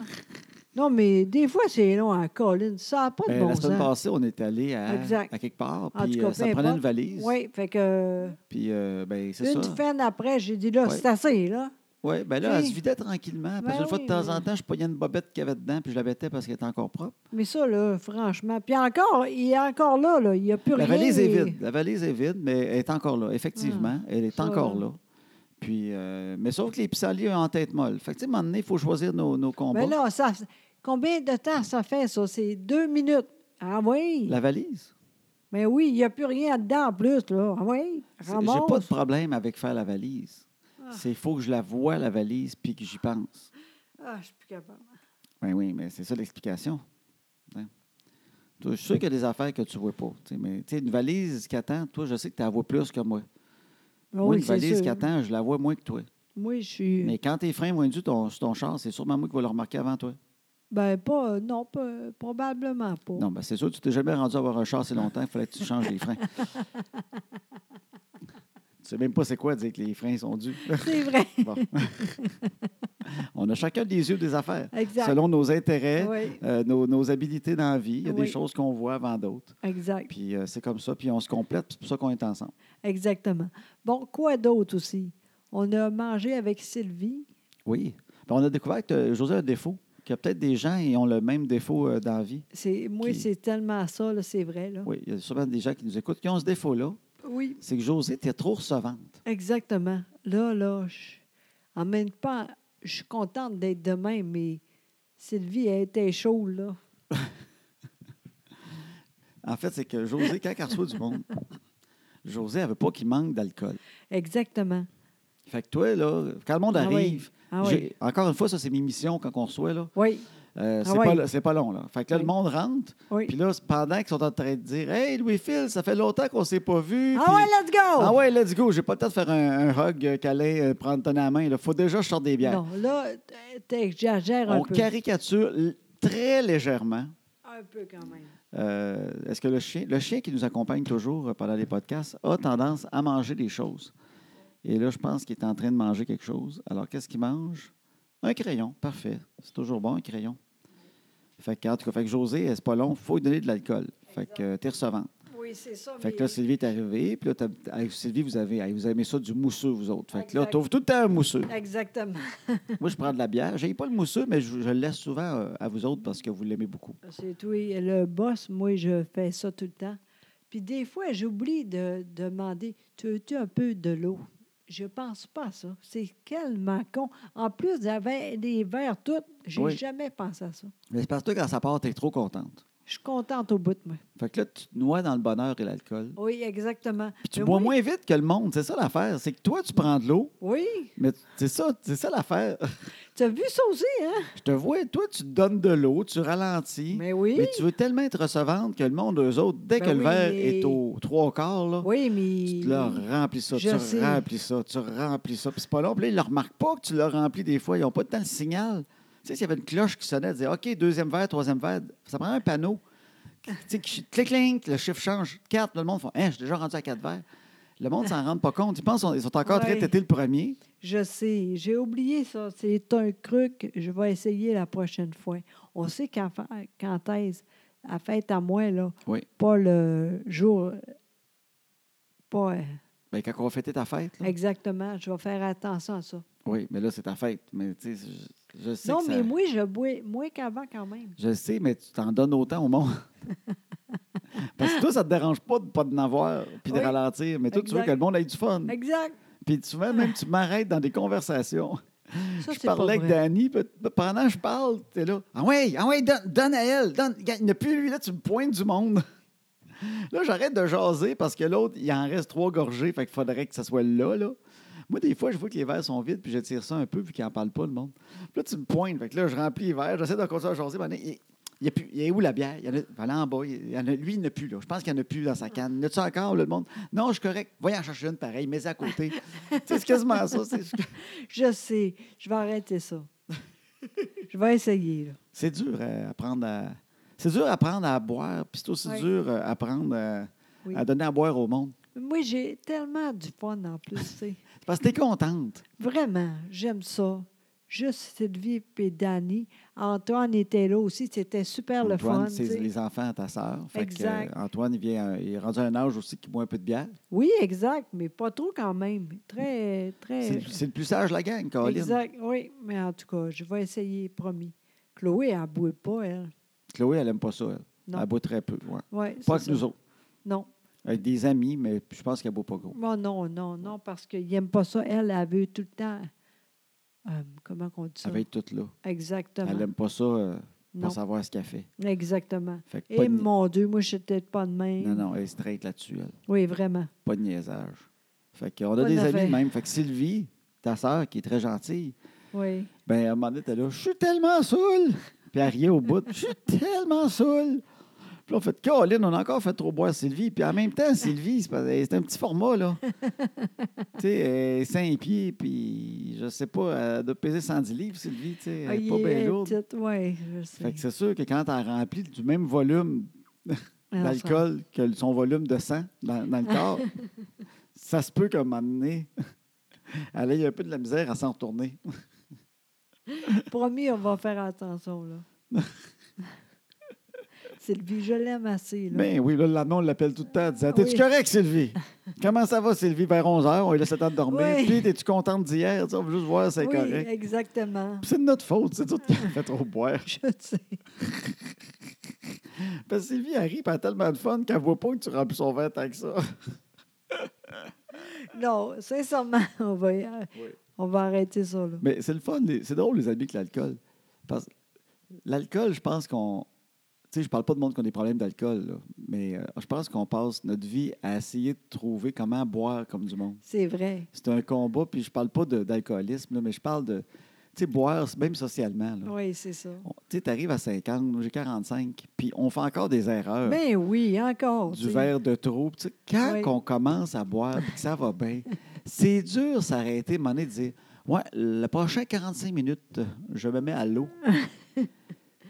[SPEAKER 2] non, mais des fois, c'est long à Colin. Ça n'a pas de
[SPEAKER 1] Ben,
[SPEAKER 2] bon
[SPEAKER 1] la semaine
[SPEAKER 2] sens.
[SPEAKER 1] passée, on est allé à,
[SPEAKER 2] Exact.
[SPEAKER 1] à quelque part,
[SPEAKER 2] En
[SPEAKER 1] puis
[SPEAKER 2] tout cas,
[SPEAKER 1] euh, ça
[SPEAKER 2] peu
[SPEAKER 1] me prenait
[SPEAKER 2] importe.
[SPEAKER 1] une valise.
[SPEAKER 2] Oui, fait que euh,
[SPEAKER 1] Puis, euh, ben, c'est
[SPEAKER 2] une
[SPEAKER 1] ça.
[SPEAKER 2] semaine après, j'ai dit là,
[SPEAKER 1] Ouais.
[SPEAKER 2] c'est assez, là.
[SPEAKER 1] Oui, ben là, elle
[SPEAKER 2] Hey.
[SPEAKER 1] se vidait tranquillement. Parce
[SPEAKER 2] Ben
[SPEAKER 1] une fois
[SPEAKER 2] oui,
[SPEAKER 1] de temps
[SPEAKER 2] mais-
[SPEAKER 1] en temps, je pognais une bobette qu'il y avait dedans, puis je la bêtais parce qu'elle était encore propre.
[SPEAKER 2] Mais ça, là, franchement. Puis encore, il est encore là, là. Il n'y a plus
[SPEAKER 1] La
[SPEAKER 2] rien.
[SPEAKER 1] valise est
[SPEAKER 2] et-
[SPEAKER 1] vide. La valise est vide, mais elle est encore là. Effectivement, elle est
[SPEAKER 2] ça,
[SPEAKER 1] encore
[SPEAKER 2] là.
[SPEAKER 1] là. Puis, euh, mais sauf que les pissenlits ont en tête molle. Fait que, tu sais, à un moment donné, il faut choisir nos, nos combats.
[SPEAKER 2] Mais Ben là, ça, combien de temps ça fait, ça? C'est deux minutes. Ah oui?
[SPEAKER 1] La valise.
[SPEAKER 2] Mais oui, il n'y a plus rien dedans en plus, là. Ah oui?
[SPEAKER 1] C'est- J'ai pas de
[SPEAKER 2] Ramasse.
[SPEAKER 1] problème avec faire la valise. C'est faut que je la vois, la valise, puis que j'y pense.
[SPEAKER 2] Ah, je suis plus capable.
[SPEAKER 1] Oui, Ben oui, mais c'est ça l'explication. Hein? Toi, je suis sûr qu'il y a des affaires que tu ne vois pas. tu sais, mais tu sais, une valise qui attend, toi, je sais que tu la vois plus que moi.
[SPEAKER 2] Ah
[SPEAKER 1] moi,
[SPEAKER 2] oui,
[SPEAKER 1] une
[SPEAKER 2] c'est
[SPEAKER 1] valise
[SPEAKER 2] sûr.
[SPEAKER 1] qui attend, je la vois moins que toi.
[SPEAKER 2] Moi, je suis.
[SPEAKER 1] Mais quand tes freins moins du ton, sur ton char, c'est sûrement moi qui vais le remarquer avant toi.
[SPEAKER 2] Ben, pas. Non, pas- probablement pas.
[SPEAKER 1] Non, ben c'est sûr, tu t'es jamais rendu à avoir un char si longtemps, il fallait que tu changes les freins. tu sais même pas c'est quoi dire que les freins sont dus.
[SPEAKER 2] C'est vrai.
[SPEAKER 1] Bon. On a chacun des yeux des affaires.
[SPEAKER 2] Exact.
[SPEAKER 1] Selon nos intérêts,
[SPEAKER 2] Oui,
[SPEAKER 1] euh, nos, nos habilités dans la vie, il y a
[SPEAKER 2] Oui.
[SPEAKER 1] des choses qu'on voit avant d'autres.
[SPEAKER 2] exact.
[SPEAKER 1] Puis euh, c'est comme ça, puis on se complète, puis c'est pour ça qu'on est ensemble.
[SPEAKER 2] Exactement. Bon, quoi d'autre aussi? On a mangé avec Sylvie.
[SPEAKER 1] Ben, Oui. Puis on a découvert que euh, José a un défaut. qu'il y a peut-être des gens qui ont le même défaut euh, dans la vie.
[SPEAKER 2] C'est, moi,
[SPEAKER 1] Qui-
[SPEAKER 2] c'est tellement ça, là, c'est vrai. Là.
[SPEAKER 1] Oui, il y a sûrement des gens qui nous écoutent qui ont ce défaut-là.
[SPEAKER 2] Oui,
[SPEAKER 1] C'est que Josée était trop recevante.
[SPEAKER 2] exactement. Là, là, je- en même temps, je suis contente d'être de même, mais Sylvie, elle était chaude, là.
[SPEAKER 1] En fait, c'est que Josée, quand elle reçoit du monde, Josée, elle veut pas qu'il manque d'alcool.
[SPEAKER 2] Exactement.
[SPEAKER 1] Fait que toi, là, quand le monde
[SPEAKER 2] Ah oui.
[SPEAKER 1] arrive,
[SPEAKER 2] Ah oui.
[SPEAKER 1] j'ai- encore une fois, ça, c'est mes missions quand on reçoit, là.
[SPEAKER 2] Oui,
[SPEAKER 1] Euh,
[SPEAKER 2] Ah
[SPEAKER 1] c'est
[SPEAKER 2] oui.
[SPEAKER 1] pas, c'est pas long, là. Fait que là, le
[SPEAKER 2] Oui.
[SPEAKER 1] monde rentre,
[SPEAKER 2] oui.
[SPEAKER 1] puis là, c'est pendant qu'ils sont en train de dire Hey, Louis-Phil, ça fait longtemps qu'on s'est pas vu.
[SPEAKER 2] ah
[SPEAKER 1] puis-
[SPEAKER 2] ouais, let's go!
[SPEAKER 1] Ah ouais, let's go. J'ai pas le temps de faire un, un hug, euh, câlin, euh, prendre ton à la main. Il faut déjà que je sorte des bières.
[SPEAKER 2] Non, là, t'es- t'exagères un
[SPEAKER 1] On
[SPEAKER 2] peu.
[SPEAKER 1] caricature l- très légèrement.
[SPEAKER 2] Un peu quand même.
[SPEAKER 1] euh, Est-ce que le chien, le chien qui nous accompagne toujours euh, pendant les podcasts a tendance à manger des choses? Et là, je pense qu'il est en train de manger quelque chose. Alors, qu'est-ce qu'il mange? Un crayon. Parfait. C'est toujours bon, un crayon. Fait que, en tout cas, fait que José, c'est pas long. Il faut lui donner de l'alcool. Fait que euh, t'es recevante.
[SPEAKER 2] Oui, c'est ça.
[SPEAKER 1] Fait que là, Sylvie est arrivée. Puis là, t'as- avec Sylvie, vous avez, hey, vous aimez ça du mousseux, vous autres. Fait que là,
[SPEAKER 2] Exact.
[SPEAKER 1] t'ouvres tout le temps un mousseux.
[SPEAKER 2] Exactement.
[SPEAKER 1] Moi, je prends de la bière. J'ai pas le mousseux, mais je, je le laisse souvent euh, à vous autres parce que vous l'aimez beaucoup.
[SPEAKER 2] C'est tout. Et le boss, moi, je fais ça tout le temps. Puis des fois, j'oublie de demander Tu veux-tu un peu de l'eau Je pense pas à ça. C'est tellement con. En plus, j'avais des verres tout. J'ai
[SPEAKER 1] Oui.
[SPEAKER 2] jamais pensé à ça.
[SPEAKER 1] Mais c'est parce que toi, quand ça part, t'es trop contente.
[SPEAKER 2] Je suis contente au bout de moi.
[SPEAKER 1] Fait que là, tu te noies dans le bonheur et l'alcool.
[SPEAKER 2] Oui, exactement.
[SPEAKER 1] Puis tu
[SPEAKER 2] Mais
[SPEAKER 1] bois
[SPEAKER 2] moi-
[SPEAKER 1] moins vite que le monde. C'est ça l'affaire. C'est que toi, tu prends de l'eau,
[SPEAKER 2] Oui.
[SPEAKER 1] mais tu- c'est ça, c'est ça l'affaire.
[SPEAKER 2] Tu as vu ça aussi, hein?
[SPEAKER 1] je te vois, toi, tu te donnes de l'eau, tu ralentis.
[SPEAKER 2] Mais oui.
[SPEAKER 1] tu veux tellement être recevante que le monde, eux autres, dès
[SPEAKER 2] Ben
[SPEAKER 1] que le
[SPEAKER 2] oui,
[SPEAKER 1] verre
[SPEAKER 2] mais-
[SPEAKER 1] est au trois quarts, là,
[SPEAKER 2] Oui,
[SPEAKER 1] Tu hein?
[SPEAKER 2] mais.
[SPEAKER 1] te leur remplis ça,
[SPEAKER 2] Je
[SPEAKER 1] tu
[SPEAKER 2] sais.
[SPEAKER 1] remplis ça, tu remplis ça. Puis c'est pas long. Puis là, ils ne remarquent pas que tu l'as rempli des fois. Ils n'ont pas tant le signal. Tu sais, s'il y avait une cloche qui sonnait, elle disait OK, deuxième verre, troisième verre, ça prend un panneau. Tu sais, qui clic, clic, le chiffre change. Quatre, là, le monde fait Hein, je suis déjà rendu à quatre verres. Le monde s'en rend pas compte. Ils pensent qu'ils sont encore
[SPEAKER 2] Ouais.
[SPEAKER 1] très têtés le premier.
[SPEAKER 2] Je sais, j'ai oublié ça. C'est un truc, je vais essayer la prochaine fois. On sait qu'en fa- quand est-ce, à fête à moi, là,
[SPEAKER 1] Oui.
[SPEAKER 2] pas le jour, pas euh,
[SPEAKER 1] Bien, Ben, quand on va fêter ta fête. là.
[SPEAKER 2] exactement, je vais faire attention à ça.
[SPEAKER 1] Oui, mais là, c'est ta fête. Mais tu sais, je, je sais.
[SPEAKER 2] Non,
[SPEAKER 1] que ça-
[SPEAKER 2] mais moi, je bois moins qu'avant quand même.
[SPEAKER 1] Je sais, mais tu t'en donnes autant au monde. Parce que toi, ça te dérange pas de pas de n'avoir puis de
[SPEAKER 2] Oui.
[SPEAKER 1] ralentir. Mais toi, tu veux
[SPEAKER 2] Exact.
[SPEAKER 1] que le monde ait du fun.
[SPEAKER 2] Exact.
[SPEAKER 1] Puis souvent, même, tu m'arrêtes dans des conversations.
[SPEAKER 2] Ça,
[SPEAKER 1] je
[SPEAKER 2] c'est pas
[SPEAKER 1] parlais avec
[SPEAKER 2] vrai.
[SPEAKER 1] Danny, puis pendant que je parle, t'es là. Ah ouais, ah ouais, donne, donne à elle. Donne. Regarde, Il n'y a plus lui, là, tu me pointes du monde. Là, j'arrête de jaser parce que l'autre, il en reste trois gorgées, fait qu'il faudrait que ça soit là, là. Moi, des fois, je vois que les verres sont vides, puis je tire ça un peu, puis qu'il n'en parle pas, le monde. Puis là, tu me pointes, fait que là, je remplis les verres, j'essaie de continuer à jaser, mais il, il y a plus- il y a où la bière? Il y en a, elle est en bas, il y en a- lui, il n'a plus, là. Je pense qu'il n'y en a plus dans sa canne. Y en a-tu encore, là, le monde? Non, je suis correct. Voyons en chercher une, pareil, mets à côté. tu sais, c'est quasiment ça. c'est-
[SPEAKER 2] Je sais, je vais arrêter ça. je vais essayer. là.
[SPEAKER 1] C'est dur à apprendre à. C'est dur à apprendre à boire, puis c'est aussi
[SPEAKER 2] Ouais.
[SPEAKER 1] dur à apprendre à,
[SPEAKER 2] Oui.
[SPEAKER 1] à donner à boire au monde.
[SPEAKER 2] Moi, j'ai tellement du fun en plus, tu sais.
[SPEAKER 1] C'est parce que t'es contente.
[SPEAKER 2] Vraiment, j'aime ça. Juste Sylvie et Danny. Antoine était là aussi. C'était super le
[SPEAKER 1] Antoine,
[SPEAKER 2] fun.
[SPEAKER 1] c'est
[SPEAKER 2] tu sais.
[SPEAKER 1] les enfants à ta sœur. Fait que,
[SPEAKER 2] Exact.
[SPEAKER 1] euh, Antoine, il, vient, euh, il est rendu à un âge aussi qu'il boit un peu de bière.
[SPEAKER 2] Oui, exact, mais pas trop quand même. Très, très.
[SPEAKER 1] C'est le- C'est le plus sage de la gang, Caroline.
[SPEAKER 2] Eh. exact, oui. Mais en tout cas, je vais essayer, promis. Chloé, elle ne boit pas, elle.
[SPEAKER 1] Chloé, elle n'aime pas ça. Elle,
[SPEAKER 2] Non.
[SPEAKER 1] Elle boit très peu. ouais.
[SPEAKER 2] Ouais,
[SPEAKER 1] Pas
[SPEAKER 2] c'est
[SPEAKER 1] que nous
[SPEAKER 2] ça.
[SPEAKER 1] autres.
[SPEAKER 2] Non.
[SPEAKER 1] Avec des amis, mais je pense qu'elle ne boit pas gros.
[SPEAKER 2] Moi, non, non, non, parce qu'ils n'aiment pas ça. Elle, elle veut tout le temps. euh, comment on dit ça?
[SPEAKER 1] Elle va être toute là. Elle
[SPEAKER 2] Exactement.
[SPEAKER 1] n'aime pas ça, euh,
[SPEAKER 2] Non,
[SPEAKER 1] pas savoir ce qu'elle fait.
[SPEAKER 2] exactement.
[SPEAKER 1] Fait que pas
[SPEAKER 2] Et
[SPEAKER 1] de ni-
[SPEAKER 2] mon Dieu, moi, je suis peut-être pas de même.
[SPEAKER 1] Non, non, elle est straight là-dessus, elle.
[SPEAKER 2] Oui, vraiment.
[SPEAKER 1] Pas de niaisage. Fait qu'on a
[SPEAKER 2] Pas
[SPEAKER 1] des
[SPEAKER 2] d'affaire.
[SPEAKER 1] amis de même. Fait que Sylvie, ta sœur, qui est très gentille,
[SPEAKER 2] Oui.
[SPEAKER 1] ben à un moment donné, t'es là, je suis tellement saoul. Puis elle riait au bout, je suis tellement saoul. Puis là, on fait, Caroline, on a encore fait trop boire Sylvie. Puis en même temps, Sylvie, c'est parce- c'est un petit format, là. tu sais, elle est 5 pieds, puis je sais pas, elle doit peser 110 livres, Sylvie, tu sais,
[SPEAKER 2] Ah,
[SPEAKER 1] elle est pas bien lourde.
[SPEAKER 2] Oui, je sais.
[SPEAKER 1] Fait que c'est sûr que quand elle remplit du même volume
[SPEAKER 2] Alors, ça-
[SPEAKER 1] d'alcool que son volume de sang dans, dans le corps, ça se peut qu'à un moment donné, elle ait un peu de la misère à s'en retourner.
[SPEAKER 2] Promis, on va faire attention, là. Sylvie, je l'aime assez, là.
[SPEAKER 1] Ben oui, Ben là, la on l'appelle tout le temps. Elle disait
[SPEAKER 2] Oui.
[SPEAKER 1] T'es-tu correct, Sylvie Comment ça va, Sylvie? Vers 11h, on lui laisse le temps de dormir.
[SPEAKER 2] Oui.
[SPEAKER 1] Puis, es-tu contente d'hier? Tu sais, On veut juste voir si c'est
[SPEAKER 2] oui,
[SPEAKER 1] correct.
[SPEAKER 2] exactement.
[SPEAKER 1] Puis C'est de notre faute, c'est tout qui fait trop boire.
[SPEAKER 2] Je sais.
[SPEAKER 1] Parce que Sylvie, elle rit, puis elle a tellement de fun qu'elle voit pas que tu remplis son verre tant que ça.
[SPEAKER 2] Non, sincèrement, on va, y- on va arrêter ça. Là.
[SPEAKER 1] Mais c'est le fun, les- c'est drôle les amis avec l'alcool. Parce que l'alcool, je pense qu'on. Tu sais, je parle pas de monde qui ont des problèmes d'alcool, là, mais euh, je pense qu'on passe notre vie à essayer de trouver comment boire comme du monde.
[SPEAKER 2] C'est vrai.
[SPEAKER 1] C'est un combat, puis je parle pas de- d'alcoolisme, là, mais je parle de. Tu sais, boire, c'est même socialement. là.
[SPEAKER 2] Oui, c'est ça.
[SPEAKER 1] On- Tu sais, t'arrives à 50, moi, j'ai 45, puis on fait encore des erreurs.
[SPEAKER 2] Ben oui, encore. tu
[SPEAKER 1] du
[SPEAKER 2] sais.
[SPEAKER 1] verre de trop. Tu sais, quand
[SPEAKER 2] Oui.
[SPEAKER 1] on commence à boire puis que ça va bien, c'est dur s'arrêter, m'en de dire Ouais, le prochain 45 minutes, je me mets à l'eau.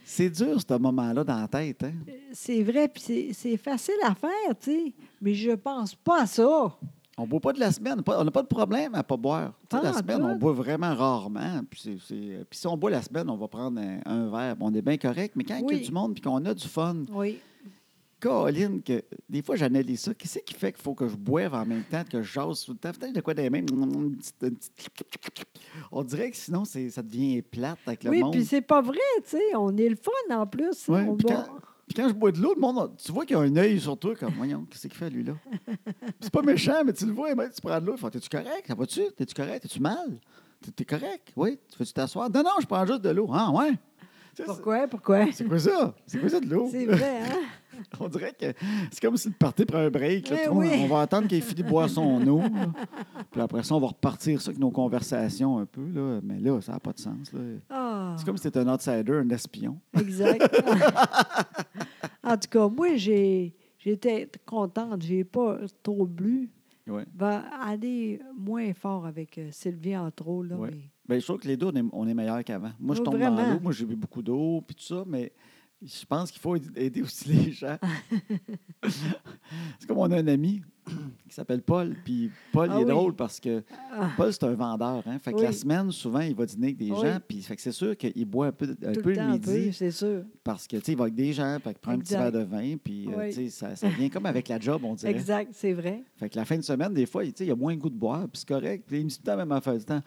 [SPEAKER 1] c'est dur, ce moment-là, dans la tête. Hein?
[SPEAKER 2] C'est vrai, puis c'est- c'est facile à faire, tu sais. Mais je pense pas à ça.
[SPEAKER 1] On ne boit pas de la semaine. pas- on n'a pas de problème à ne pas boire. Tu sais,
[SPEAKER 2] Pas
[SPEAKER 1] la
[SPEAKER 2] en
[SPEAKER 1] semaine, on
[SPEAKER 2] tout.
[SPEAKER 1] boit vraiment rarement. Puis, c'est- c'est- puis si on boit la semaine, on va prendre un, un verre. On est bien correct. Mais quand il y
[SPEAKER 2] Oui.
[SPEAKER 1] a du monde puis qu'on a du fun,
[SPEAKER 2] Oui.
[SPEAKER 1] Caroline, que des fois j'analyse ça. Qu'est-ce qui fait qu'il faut que je boive en même temps que je jase tout le temps? Peut-être de quoi des mêmes. Une petite- une petite- On dirait que sinon c'est- ça devient plate avec le
[SPEAKER 2] oui,
[SPEAKER 1] monde.
[SPEAKER 2] puis c'est pas vrai, tu sais. On est le fun en plus.
[SPEAKER 1] Ouais,
[SPEAKER 2] on
[SPEAKER 1] puis
[SPEAKER 2] va-
[SPEAKER 1] Puis quand je bois de l'eau, le monde, on- tu vois qu'il y a un œil sur toi, comme voyons, qu'est-ce qu'il fait lui là? C'est pas méchant, mais tu le vois, mais tu prends de l'eau, il fait T'es-tu correct? Ça va-tu? T'es-tu correct? T'es-tu mal? T'es- T'es correct? Oui? Tu veux-tu t'asseoir? Non, non, je prends juste de l'eau. Ah ouais? Tu sais,
[SPEAKER 2] Pourquoi? Pourquoi?
[SPEAKER 1] C'est c'est quoi ça? C'est quoi ça de l'eau?
[SPEAKER 2] C'est vrai, hein?
[SPEAKER 1] On dirait que c'est comme si le parti prend un break. là,
[SPEAKER 2] Eh
[SPEAKER 1] tu vois,
[SPEAKER 2] oui.
[SPEAKER 1] On va attendre qu'il ait fini de boire son eau. là. Puis après ça, on va repartir ça avec nos conversations un peu. Là. Mais là, ça n'a pas de sens. là.
[SPEAKER 2] Ah,
[SPEAKER 1] C'est comme si c'était un outsider, un espion.
[SPEAKER 2] exact. en tout cas, moi, j'ai j'étais contente. J'ai pas trop bu.
[SPEAKER 1] Ouais.
[SPEAKER 2] Va aller moins fort avec euh, Sylvie Antro, là.
[SPEAKER 1] Ouais.
[SPEAKER 2] mais-
[SPEAKER 1] Bien, Ben, je trouve que les deux, on est, on est meilleurs qu'avant. Moi, je
[SPEAKER 2] Oui,
[SPEAKER 1] tombe dans
[SPEAKER 2] Oh, vraiment.
[SPEAKER 1] l'eau. Moi, j'ai bu beaucoup d'eau, puis tout ça. Mais je pense qu'il faut aider aussi les gens. c'est comme on a un ami qui s'appelle Paul. Puis Paul,
[SPEAKER 2] Ah
[SPEAKER 1] il est
[SPEAKER 2] oui.
[SPEAKER 1] drôle parce que
[SPEAKER 2] Ah,
[SPEAKER 1] Paul, c'est un vendeur. Hein? Fait que la
[SPEAKER 2] Oui.
[SPEAKER 1] semaine, souvent, il va dîner avec des
[SPEAKER 2] Oui.
[SPEAKER 1] gens. Puis fait que c'est sûr qu'il boit un peu, un
[SPEAKER 2] tout
[SPEAKER 1] peu
[SPEAKER 2] le temps, un
[SPEAKER 1] midi
[SPEAKER 2] peu, c'est sûr.
[SPEAKER 1] parce que tu sais, il va avec des gens, puis il prend un petit
[SPEAKER 2] Exact.
[SPEAKER 1] verre de vin. Puis euh,
[SPEAKER 2] Oui.
[SPEAKER 1] tu sais, ça, ça vient comme avec la job, on dirait.
[SPEAKER 2] Exact, c'est vrai.
[SPEAKER 1] Fait que la fin de semaine, des fois, il tu sais, il a moins le goût de boire, puis c'est correct. Puis il me dit tout le temps, même à faire du temps,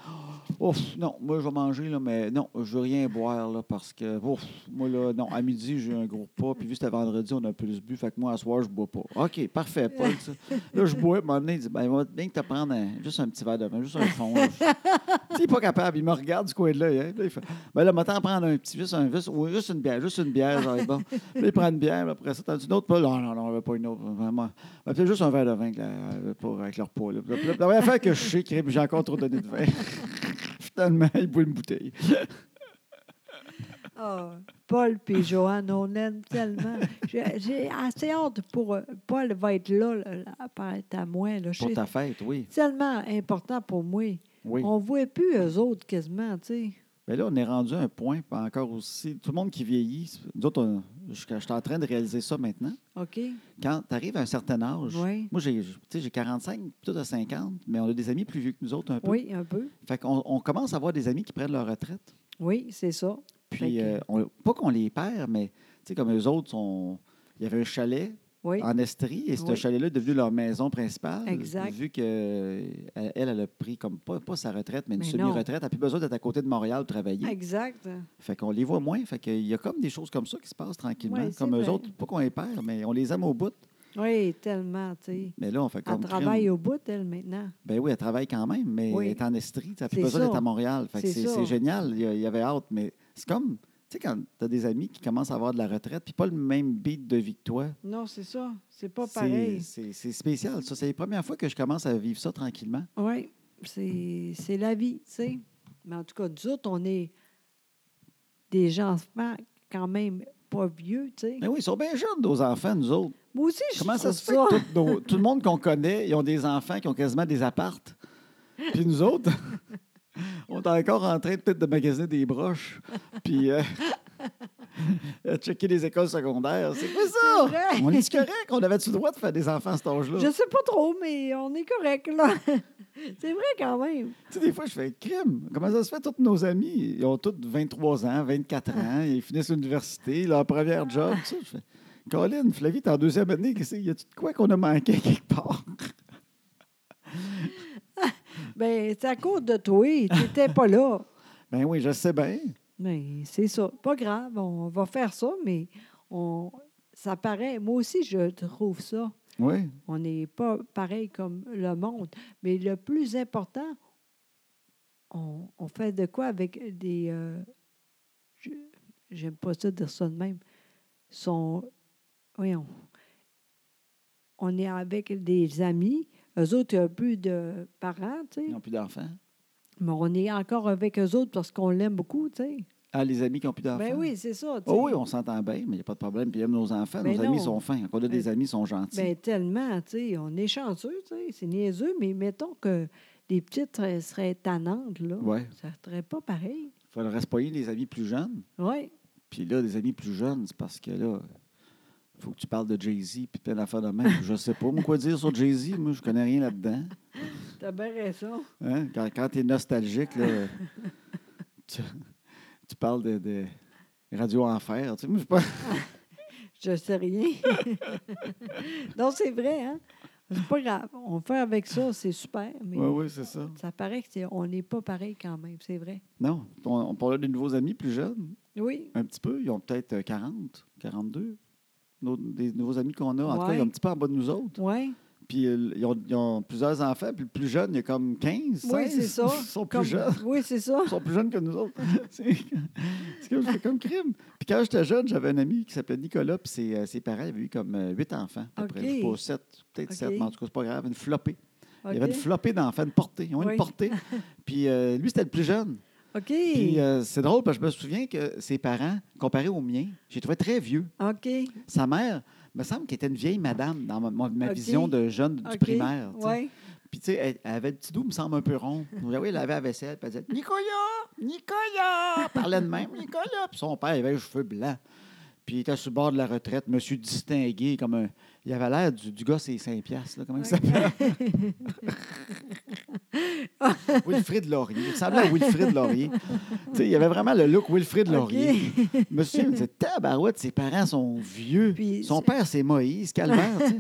[SPEAKER 1] ouf, non, moi, je vais manger, là, mais non, je veux rien boire, là, parce que, ouf, moi, là, non, à midi, j'ai eu un gros pas, puis vu que c'était vendredi, on a plus bu, fait que moi, à soir, je bois pas. OK, parfait, Paul. ça. Là, je bois, puis à un moment donné, il dit, ben, il va bien que tu prennes un- juste un petit verre de vin, juste un fond. là. Tu sais, il est pas capable, il me regarde du coin de l'œil. hein. Puis là, il fait, ben là, m'attends à prendre un petit, juste, un, juste, ou juste une bière, juste une bière, ça va être bon. Puis là, il prend une bière, puis après ça, t'as une autre, Paul, non, non, non, on veut pas une autre, vraiment. Ben, peut-être juste un verre de vin avec, la- pour- avec leur poids. là. Puis La la première fois que je sais, crime, j'ai encore trop donné de vin. Finalement, il boit une bouteille.
[SPEAKER 2] Ah, Paul et Joanne, on aime tellement. J'ai j'ai assez hâte pour. euh, Paul va être là, là, là, par- à moi. là. Je
[SPEAKER 1] Pour
[SPEAKER 2] sais,
[SPEAKER 1] ta fête, oui.
[SPEAKER 2] C'est tellement important pour moi.
[SPEAKER 1] oui.
[SPEAKER 2] On ne voit plus eux autres quasiment, tu sais.
[SPEAKER 1] Mais là, on est rendu à un point, puis encore aussi, tout le monde qui vieillit, nous autres, on- je je suis en train de réaliser ça maintenant.
[SPEAKER 2] OK?
[SPEAKER 1] Quand tu arrives à un certain âge,
[SPEAKER 2] Oui.
[SPEAKER 1] moi, j'ai- tu sais, j'ai 45, tout à 50, mais on a des amis plus vieux que nous autres un peu.
[SPEAKER 2] Oui, un peu.
[SPEAKER 1] Fait qu'on on commence à avoir des amis qui prennent leur retraite.
[SPEAKER 2] Oui, c'est ça. Fait
[SPEAKER 1] Puis,
[SPEAKER 2] que-
[SPEAKER 1] euh, on- pas qu'on les perd, mais tu sais, comme eux autres, sont, il y avait un chalet
[SPEAKER 2] Oui.
[SPEAKER 1] en Estrie et ce
[SPEAKER 2] Oui.
[SPEAKER 1] chalet-là est devenu leur maison principale.
[SPEAKER 2] Exact.
[SPEAKER 1] Vu qu'elle, elle, elle a pris comme pas, pas sa retraite, mais une
[SPEAKER 2] Mais non.
[SPEAKER 1] semi-retraite. Elle n'a plus besoin d'être à côté de Montréal pour travailler.
[SPEAKER 2] Exact.
[SPEAKER 1] Fait qu'on les voit moins. Fait qu'il y a comme des choses comme ça qui se passent tranquillement.
[SPEAKER 2] Ouais, c'est
[SPEAKER 1] comme eux
[SPEAKER 2] vrai.
[SPEAKER 1] autres, pas qu'on les perd, mais on les aime au bout.
[SPEAKER 2] Oui, tellement, tu sais.
[SPEAKER 1] Mais là, on fait
[SPEAKER 2] Elle
[SPEAKER 1] comme.
[SPEAKER 2] travaille
[SPEAKER 1] crime.
[SPEAKER 2] au bout, elle, maintenant.
[SPEAKER 1] Ben oui, elle travaille quand même, mais
[SPEAKER 2] Oui.
[SPEAKER 1] elle est en Estrie. Elle n'a plus
[SPEAKER 2] C'est
[SPEAKER 1] besoin
[SPEAKER 2] ça.
[SPEAKER 1] d'être à Montréal. Fait que
[SPEAKER 2] C'est
[SPEAKER 1] c'est
[SPEAKER 2] ça.
[SPEAKER 1] c'est génial. Il y a- il y avait hâte, mais c'est comme. Tu sais, quand tu as des amis qui commencent à avoir de la retraite, puis pas le même beat de vie que toi,
[SPEAKER 2] Non, c'est ça. C'est pas
[SPEAKER 1] c'est-
[SPEAKER 2] pareil.
[SPEAKER 1] c'est c'est spécial. Ça, c'est la première fois que je commence à vivre ça tranquillement.
[SPEAKER 2] Oui, c'est c'est la vie, tu sais. Mais en tout cas, nous autres, on est des gens enfants quand même pas vieux, tu sais.
[SPEAKER 1] Mais oui, ils sont bien jeunes, nos enfants, nous autres.
[SPEAKER 2] Moi aussi, je
[SPEAKER 1] Comment ça
[SPEAKER 2] trouve
[SPEAKER 1] se fait que toutes nos- tout le monde qu'on connaît, ils ont des enfants qui ont quasiment des appartes. Puis nous autres, on est encore en train peut-être de magasiner des broches. Puis euh, à checker les écoles secondaires. C'est quoi ça?
[SPEAKER 2] C'est vrai.
[SPEAKER 1] On est correct? On avait-tu le droit de faire des enfants à cet âge-là?
[SPEAKER 2] Je sais pas trop, mais on est correct, là. c'est vrai quand même.
[SPEAKER 1] Tu sais, des fois, je fais crime. Comment ça se fait? Tous nos amis, ils ont tous 23 ans, 24 ans, ils finissent l'université, leur première job, tout ça. Je fais, Colin, Flavie, t'es en deuxième année, qu'est-ce que- y a-tu de quoi qu'on a manqué quelque part?
[SPEAKER 2] Bien, Ben, c'est à cause de toi. Tu n'étais pas là.
[SPEAKER 1] Ben oui, je sais bien.
[SPEAKER 2] Mais c'est ça. Pas grave. On va faire ça, mais on... ça paraît. Moi aussi, je trouve ça.
[SPEAKER 1] Oui.
[SPEAKER 2] On n'est pas pareil comme le monde. Mais le plus important, on, on fait de quoi avec des. euh, je- J'aime pas ça dire ça de même. Sont. Voyons. On est avec des amis. Eux autres, il y a plus de parents, tu sais.
[SPEAKER 1] Ils n'ont plus d'enfants.
[SPEAKER 2] Mais on est encore avec eux autres parce qu'on l'aime beaucoup, tu sais.
[SPEAKER 1] Ah, les amis qui n'ont plus d'enfants.
[SPEAKER 2] Ben oui, c'est ça. tu sais.
[SPEAKER 1] Oh oui, on s'entend bien, mais il n'y a pas de problème. Puis ils aiment nos enfants.
[SPEAKER 2] Ben
[SPEAKER 1] nos
[SPEAKER 2] non.
[SPEAKER 1] amis sont fins. Quand on a des
[SPEAKER 2] Ben-
[SPEAKER 1] amis, ils sont gentils.
[SPEAKER 2] Ben tellement, tu sais, on est chanceux, tu sais, c'est niaiseux, mais mettons que les petites seraient, seraient tannantes, là.
[SPEAKER 1] oui.
[SPEAKER 2] Ça serait pas pareil.
[SPEAKER 1] Il faudrait respoyer les amis plus jeunes.
[SPEAKER 2] Oui.
[SPEAKER 1] Puis là, des amis plus jeunes, c'est parce que là, il faut que tu parles de Jay-Z puis plein d'affaires de même. je sais pas. Moi, quoi dire sur Jay-Z? Moi, je connais rien là-dedans.
[SPEAKER 2] T'as bien raison.
[SPEAKER 1] Hein? Quand, tu es nostalgique, là, tu, tu parles de, de Radio Enfer. Tu sais, moi, je pas...
[SPEAKER 2] Je sais rien. non, c'est vrai, hein? C'est pas grave. On fait avec ça, c'est super, mais
[SPEAKER 1] Oui, oui, c'est ça.
[SPEAKER 2] ça paraît qu'on n'est pas pareil quand même, c'est vrai.
[SPEAKER 1] Non, on, on parlait de nouveaux amis plus jeunes,
[SPEAKER 2] Oui.
[SPEAKER 1] un petit peu. Ils ont peut-être euh, 40, 42. Nos- des nouveaux amis qu'on a, en tout cas, ils sont un
[SPEAKER 2] Ouais.
[SPEAKER 1] petit peu en bas de nous autres.
[SPEAKER 2] Oui.
[SPEAKER 1] Puis euh, ils, ont, ils ont plusieurs enfants, puis le plus jeune, il a comme 15, 16.
[SPEAKER 2] Oui, c'est ça.
[SPEAKER 1] Ils sont plus
[SPEAKER 2] Comme-
[SPEAKER 1] jeunes.
[SPEAKER 2] Oui, c'est ça.
[SPEAKER 1] Ils sont plus jeunes que nous autres. C'est c'est comme, c'est comme crime. Puis quand j'étais jeune, j'avais un ami qui s'appelait Nicolas, puis ses, euh, ses parents avaient eu comme euh, huit enfants. à peu près.
[SPEAKER 2] OK.
[SPEAKER 1] Je sais pas, sept, peut-être
[SPEAKER 2] OK.
[SPEAKER 1] sept, mais en tout cas, c'est pas grave, une flopée. Il y avait
[SPEAKER 2] OK.
[SPEAKER 1] une flopée d'enfants, une portée. Ils ont
[SPEAKER 2] Oui.
[SPEAKER 1] une portée. Puis euh, lui, c'était le plus jeune.
[SPEAKER 2] OK.
[SPEAKER 1] Puis euh, c'est drôle, parce que je me souviens que ses parents, comparés aux miens, j'ai trouvé très vieux.
[SPEAKER 2] OK.
[SPEAKER 1] Sa mère, me semble qu'elle était une vieille madame dans ma, ma- ma
[SPEAKER 2] OK.
[SPEAKER 1] vision de jeune du
[SPEAKER 2] OK.
[SPEAKER 1] primaire. tu sais.
[SPEAKER 2] Oui. Puis
[SPEAKER 1] Puis, tu sais, elle, elle avait le petit doux, me semble, un peu rond. Donc, oui, elle lavait la vaisselle, puis elle disait Nicolas, Nicolas Elle parlait de même, Nicolas. Puis son père, il avait les cheveux blancs. Puis il était sur le bord de la retraite, monsieur distingué, comme un. Il avait l'air du, du gars, c'est 5 piastres, là. Comment il s'appelle Wilfrid Laurier. Il ressemblait à Wilfrid Laurier. tu sais, il avait vraiment le look Wilfrid Laurier. Monsieur, il me disait Tabarouette, ses parents sont vieux.
[SPEAKER 2] Puis-
[SPEAKER 1] son père, c'est Moïse, Calvaire, tu sais.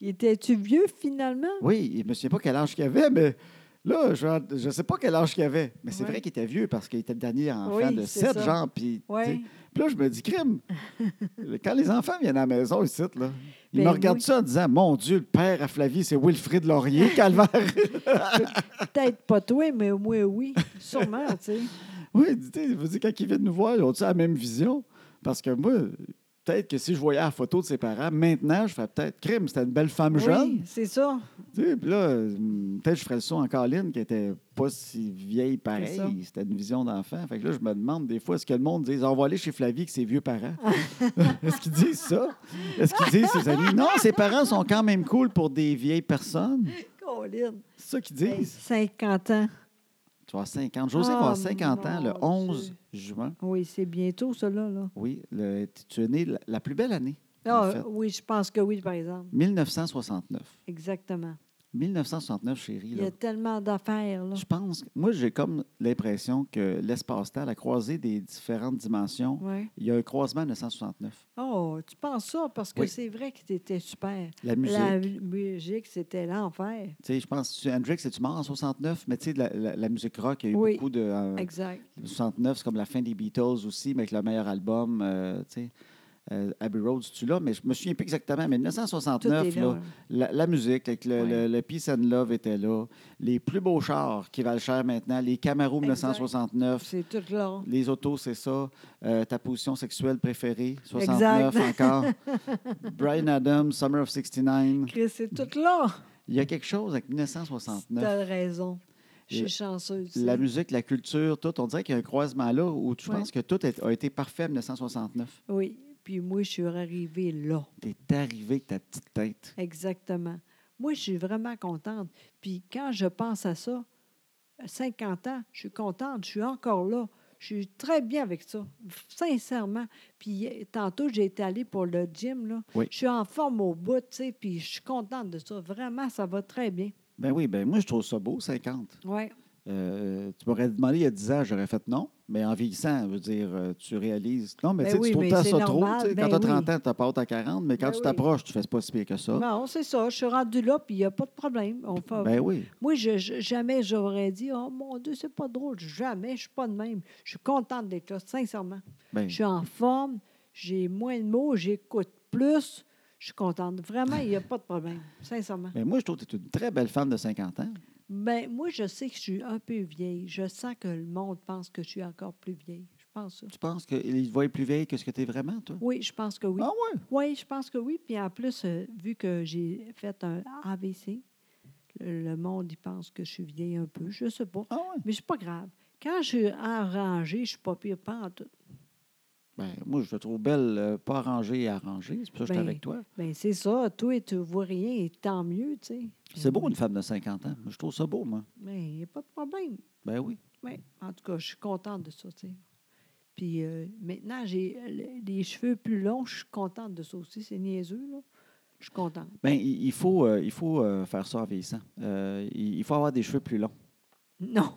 [SPEAKER 2] Étais-tu vieux finalement?
[SPEAKER 1] Oui, je ne me souviens pas quel âge qu'il avait, mais là, je ne sais pas quel âge qu'il avait. Mais c'est
[SPEAKER 2] Ouais.
[SPEAKER 1] vrai qu'il était vieux parce qu'il était le dernier enfant
[SPEAKER 2] Oui,
[SPEAKER 1] de
[SPEAKER 2] c'est
[SPEAKER 1] sept
[SPEAKER 2] ça.
[SPEAKER 1] gens. Puis tu sais,
[SPEAKER 2] Oui.
[SPEAKER 1] puis là, je me dis, crime, quand les enfants viennent à la maison ici, là, ils
[SPEAKER 2] Ben
[SPEAKER 1] me regardent
[SPEAKER 2] oui.
[SPEAKER 1] ça en disant Mon Dieu, le père à Flavie, c'est Wilfrid Laurier, calvaire.
[SPEAKER 2] Peut-être pas toi, mais au moins oui. Sûrement, tu sais.
[SPEAKER 1] oui, tu sais, je veux dire, quand ils viennent nous voir, ils ont-ils la même vision Parce que moi, peut-être que si je voyais la photo de ses parents, maintenant, je ferais peut-être, crime, c'était une belle femme jeune.
[SPEAKER 2] Oui, c'est ça.
[SPEAKER 1] Tu sais, puis là, euh, peut-être que je ferais le saut en Colline, qui était pas si vieille
[SPEAKER 2] C'est ça.
[SPEAKER 1] pareil. C'était une vision d'enfant. Fait que là, je me demande des fois, est-ce que le monde dit on va aller chez Flavie avec ses vieux parents Est-ce qu'ils disent ça Est-ce qu'ils disent ses amis Non, ses parents sont quand même cool pour des vieilles personnes.
[SPEAKER 2] Colline.
[SPEAKER 1] C'est ça qu'ils
[SPEAKER 2] Hey,
[SPEAKER 1] disent.
[SPEAKER 2] 50 ans.
[SPEAKER 1] Tu vas avoir 50. José va
[SPEAKER 2] Ah,
[SPEAKER 1] avoir 50 ans le
[SPEAKER 2] mon
[SPEAKER 1] 11 juin.
[SPEAKER 2] Oui, c'est bientôt, cela, là.
[SPEAKER 1] Oui, le- tu es né la, la plus belle année. en
[SPEAKER 2] Ah,
[SPEAKER 1] fait.
[SPEAKER 2] oui, je pense que oui, par exemple.
[SPEAKER 1] 1969.
[SPEAKER 2] Exactement.
[SPEAKER 1] 1969, chérie.
[SPEAKER 2] Il
[SPEAKER 1] là.
[SPEAKER 2] y a tellement d'affaires, là.
[SPEAKER 1] Je pense, moi, j'ai comme l'impression que l'espace-temps, la croisée des différentes dimensions,
[SPEAKER 2] Oui.
[SPEAKER 1] il y a un croisement de 169.
[SPEAKER 2] Oh, tu penses ça parce que
[SPEAKER 1] Oui.
[SPEAKER 2] c'est vrai que c'était super.
[SPEAKER 1] La musique,
[SPEAKER 2] La
[SPEAKER 1] tu
[SPEAKER 2] mu- musique, c'était l'enfer.
[SPEAKER 1] sais, je pense, tu- Hendrix, es-tu mort en 69? Mais tu sais, la, la- la musique rock, il y a eu
[SPEAKER 2] Oui.
[SPEAKER 1] beaucoup de... euh,
[SPEAKER 2] Exact.
[SPEAKER 1] 69, c'est comme la fin des Beatles aussi, mais avec le meilleur album, euh, tu sais. Euh, Abbey Road, tu là? Mais je me souviens plus exactement. Mais
[SPEAKER 2] Tout
[SPEAKER 1] 1969,
[SPEAKER 2] est là.
[SPEAKER 1] là, la, la musique, avec le,
[SPEAKER 2] Ouais.
[SPEAKER 1] le- le Peace and Love était là. Les plus beaux chars qui valent cher maintenant, les Camaro
[SPEAKER 2] Exact.
[SPEAKER 1] 1969,
[SPEAKER 2] C'est tout là.
[SPEAKER 1] Les autos, c'est ça. Euh, ta position sexuelle préférée, 69 encore. Brian Adams, Summer of 69.
[SPEAKER 2] Chris, c'est tout là.
[SPEAKER 1] Il y a quelque chose avec
[SPEAKER 2] Tu
[SPEAKER 1] 1969.
[SPEAKER 2] as raison. Je
[SPEAKER 1] La-
[SPEAKER 2] suis chanceuse.
[SPEAKER 1] La musique, la culture, tout. On dirait qu'il y a un croisement là où je
[SPEAKER 2] Ouais.
[SPEAKER 1] pense que tout est- a été parfait en 1969.
[SPEAKER 2] Oui. Puis moi, je suis arrivée là.
[SPEAKER 1] T'es arrivé avec ta petite tête.
[SPEAKER 2] Exactement. Moi, je suis vraiment contente. Puis quand je pense à ça, à 50 ans, je suis contente, je suis encore là. Je suis très bien avec ça, sincèrement. Puis euh, tantôt, j'ai été allée pour le gym, là.
[SPEAKER 1] Oui.
[SPEAKER 2] Je suis en forme au bout, tu sais, puis je suis contente de ça. Vraiment, ça va très bien.
[SPEAKER 1] Ben oui, ben moi, je trouve ça beau, 50.
[SPEAKER 2] Oui,
[SPEAKER 1] Euh, tu m'aurais demandé il y a 10 ans, j'aurais fait non. Mais en vieillissant, je veux dire, euh, tu réalises. Non, mais
[SPEAKER 2] Ben
[SPEAKER 1] tu sais,
[SPEAKER 2] oui,
[SPEAKER 1] tu trouves
[SPEAKER 2] mais
[SPEAKER 1] pas
[SPEAKER 2] c'est
[SPEAKER 1] ça trop.
[SPEAKER 2] normal,
[SPEAKER 1] tu sais,
[SPEAKER 2] ben
[SPEAKER 1] quand tu as 30
[SPEAKER 2] oui.
[SPEAKER 1] ans, tu passes à 40, mais quand
[SPEAKER 2] Ben
[SPEAKER 1] tu
[SPEAKER 2] oui.
[SPEAKER 1] t'approches, tu fais pas si pire que ça.
[SPEAKER 2] Non, Ben, c'est ça. Je suis rendue là, puis il n'y a pas de problème. On fait-
[SPEAKER 1] Ah. Ben oui.
[SPEAKER 2] Moi, je, je- jamais j'aurais dit Oh mon Dieu, c'est pas drôle. Jamais, je suis pas de même. Je suis contente d'être là, sincèrement.
[SPEAKER 1] Ben,
[SPEAKER 2] Je suis en forme, j'ai moins de mots, j'écoute plus. Je suis contente. Vraiment, il n'y a pas de problème, sincèrement.
[SPEAKER 1] ben moi, je trouve que tu es une très belle femme de 50 ans.
[SPEAKER 2] Mais moi, je sais que je suis un peu vieille. Je sens que le monde pense que je suis encore plus vieille. Je pense ça.
[SPEAKER 1] Tu penses qu'il va être plus vieille que ce que tu es vraiment, toi?
[SPEAKER 2] Oui, je pense que oui.
[SPEAKER 1] Ah ouais?
[SPEAKER 2] Oui, je pense que oui. Puis en plus, euh, vu que j'ai fait un AVC, le, le monde, il pense que je suis vieille un peu. Je sais pas.
[SPEAKER 1] Ah ouais?
[SPEAKER 2] Mais c'est pas grave. Quand je suis en rangée, je suis pas pire pas en tout.
[SPEAKER 1] Ben, moi, je te trouve belle, euh, pas arrangée et arrangée. C'est pour ça que je suis
[SPEAKER 2] Ben,
[SPEAKER 1] avec toi.
[SPEAKER 2] Bien, c'est ça. Toi, tu vois rien et tant mieux, tu sais.
[SPEAKER 1] C'est beau, une femme de 50 ans. Moi, Je trouve ça beau, moi.
[SPEAKER 2] Mais il n'y a pas de problème.
[SPEAKER 1] Ben oui.
[SPEAKER 2] Oui, en tout cas, je suis contente de ça, tu sais. Puis euh, maintenant, j'ai le- les cheveux plus longs, je suis contente de ça aussi. C'est niaiseux, là. Je suis contente.
[SPEAKER 1] Ben, il il faut, euh, il faut euh, faire ça en vieillissant. Euh, il il faut avoir des cheveux plus longs.
[SPEAKER 2] Non,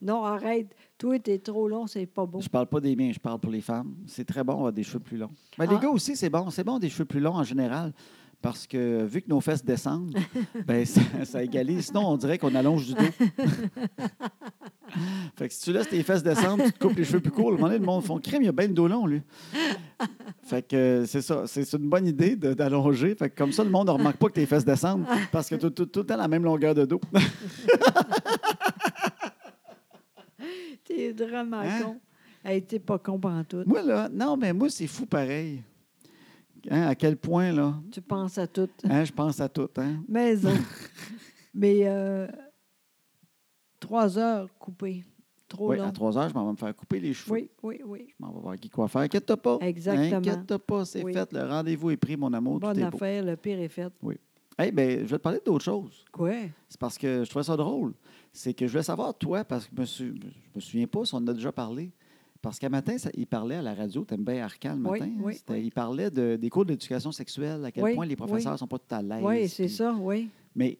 [SPEAKER 2] non, arrête. Toi, t'es trop long, c'est pas beau.
[SPEAKER 1] Je parle pas des miens, je parle pour les femmes. C'est très bon d'avoir des cheveux plus longs. Mais les
[SPEAKER 2] Ah.
[SPEAKER 1] gars aussi, c'est bon. C'est bon des cheveux plus longs en général. Parce que vu que nos fesses descendent, ben, ça, ça égalise. Sinon, on dirait qu'on allonge du dos. fait que si tu laisses tes fesses descendre, tu te coupes les cheveux plus courts. Le moment donné, le monde font crème, il a bien le dos long, lui. Fait que euh, c'est ça. C'est c'est une bonne idée de- d'allonger. Fait que comme ça, le monde ne remarque pas que tes fesses descendent parce que tu as tout, tout le temps la même longueur de dos.
[SPEAKER 2] T'es vraiment
[SPEAKER 1] Hein?
[SPEAKER 2] con. Hey, t'es pas con pantoute.
[SPEAKER 1] Moi, là, non, mais moi, c'est fou pareil. Hein, à quel point, là?
[SPEAKER 2] Tu penses à tout.
[SPEAKER 1] Hein, je pense à tout, hein?
[SPEAKER 2] Mais, euh, mais euh, trois heures coupées. Trop
[SPEAKER 1] Oui,
[SPEAKER 2] long.
[SPEAKER 1] à 3 heures, je m'en vais me faire couper les cheveux.
[SPEAKER 2] Oui, oui, oui.
[SPEAKER 1] Je m'en vais voir Guy Coiffeur. Inquiète-toi pas. Hein,
[SPEAKER 2] Exactement.
[SPEAKER 1] Inquiète-toi pas, c'est
[SPEAKER 2] Oui.
[SPEAKER 1] fait. Le rendez-vous est pris, mon amour.
[SPEAKER 2] Bonne
[SPEAKER 1] tout est beau.
[SPEAKER 2] affaire, le pire est fait.
[SPEAKER 1] Eh bien, je vais te parler d'autre chose.
[SPEAKER 2] Quoi?
[SPEAKER 1] C'est parce que je trouvais ça drôle. C'est que je voulais savoir, toi, parce que je me, sou- je me souviens pas si on en a déjà parlé. Parce qu'à matin, ça- il parlait à la radio, t'aimes bien Arcan le
[SPEAKER 2] Oui,
[SPEAKER 1] matin. hein?
[SPEAKER 2] oui,
[SPEAKER 1] C'était-
[SPEAKER 2] oui.
[SPEAKER 1] Il parlait de- des cours d'éducation sexuelle, à quel
[SPEAKER 2] Oui,
[SPEAKER 1] point les professeurs sont pas tout à l'aise.
[SPEAKER 2] Oui, c'est
[SPEAKER 1] puis-
[SPEAKER 2] ça, oui.
[SPEAKER 1] Mais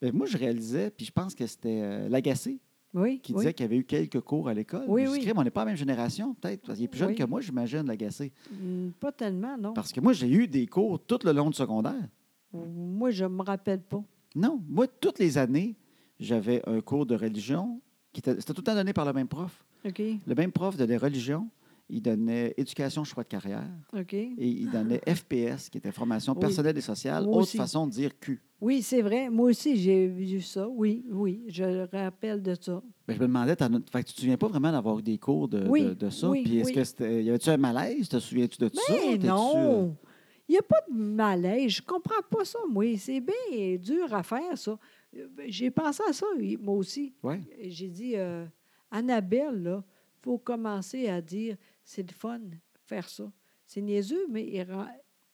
[SPEAKER 1] ben, moi, je réalisais, puis je pense que c'était euh, Lagacé
[SPEAKER 2] Oui,
[SPEAKER 1] qui
[SPEAKER 2] oui.
[SPEAKER 1] disait qu'il y avait eu quelques cours à l'école.
[SPEAKER 2] Oui,
[SPEAKER 1] Je dis,
[SPEAKER 2] oui.
[SPEAKER 1] Crime, on n'est pas la même génération, peut-être. parce qu'il est plus jeune
[SPEAKER 2] Oui.
[SPEAKER 1] que moi, j'imagine, Lagacé.
[SPEAKER 2] Hmm, Pas tellement, non.
[SPEAKER 1] Parce que moi, j'ai eu des cours tout le long du secondaire.
[SPEAKER 2] Moi, je me rappelle pas.
[SPEAKER 1] Non, moi, toutes les années, j'avais un cours de religion. qui était- C'était tout le temps donné par le même prof.
[SPEAKER 2] OK,
[SPEAKER 1] Le même prof donnait religion, il donnait éducation, choix de carrière,
[SPEAKER 2] OK.
[SPEAKER 1] et il donnait FPS, qui était formation
[SPEAKER 2] Oui.
[SPEAKER 1] personnelle et sociale,
[SPEAKER 2] Moi
[SPEAKER 1] autre
[SPEAKER 2] aussi.
[SPEAKER 1] façon de dire Q.
[SPEAKER 2] Oui, c'est vrai. Moi aussi, j'ai vu ça. Oui, oui, je le rappelle de ça.
[SPEAKER 1] Ben, je me demandais, t'en as- fait que tu ne te souviens pas vraiment d'avoir eu des cours de,
[SPEAKER 2] Oui,
[SPEAKER 1] de- de ça?
[SPEAKER 2] oui,
[SPEAKER 1] Puis est-ce
[SPEAKER 2] oui.
[SPEAKER 1] que c'était. Y avait-tu un malaise? Te souviens-tu de ça?
[SPEAKER 2] Mais
[SPEAKER 1] T'es-tu, euh,
[SPEAKER 2] Ben non! Il n'y a pas de malaise. Je comprends pas ça, moi. C'est bien dur à faire, ça. Euh, ben, J'ai pensé à ça, oui, moi aussi.
[SPEAKER 1] Ouais.
[SPEAKER 2] J'ai dit, euh, Annabelle, là, faut commencer à dire, c'est le fun faire ça. C'est niaiseux, mais il rend.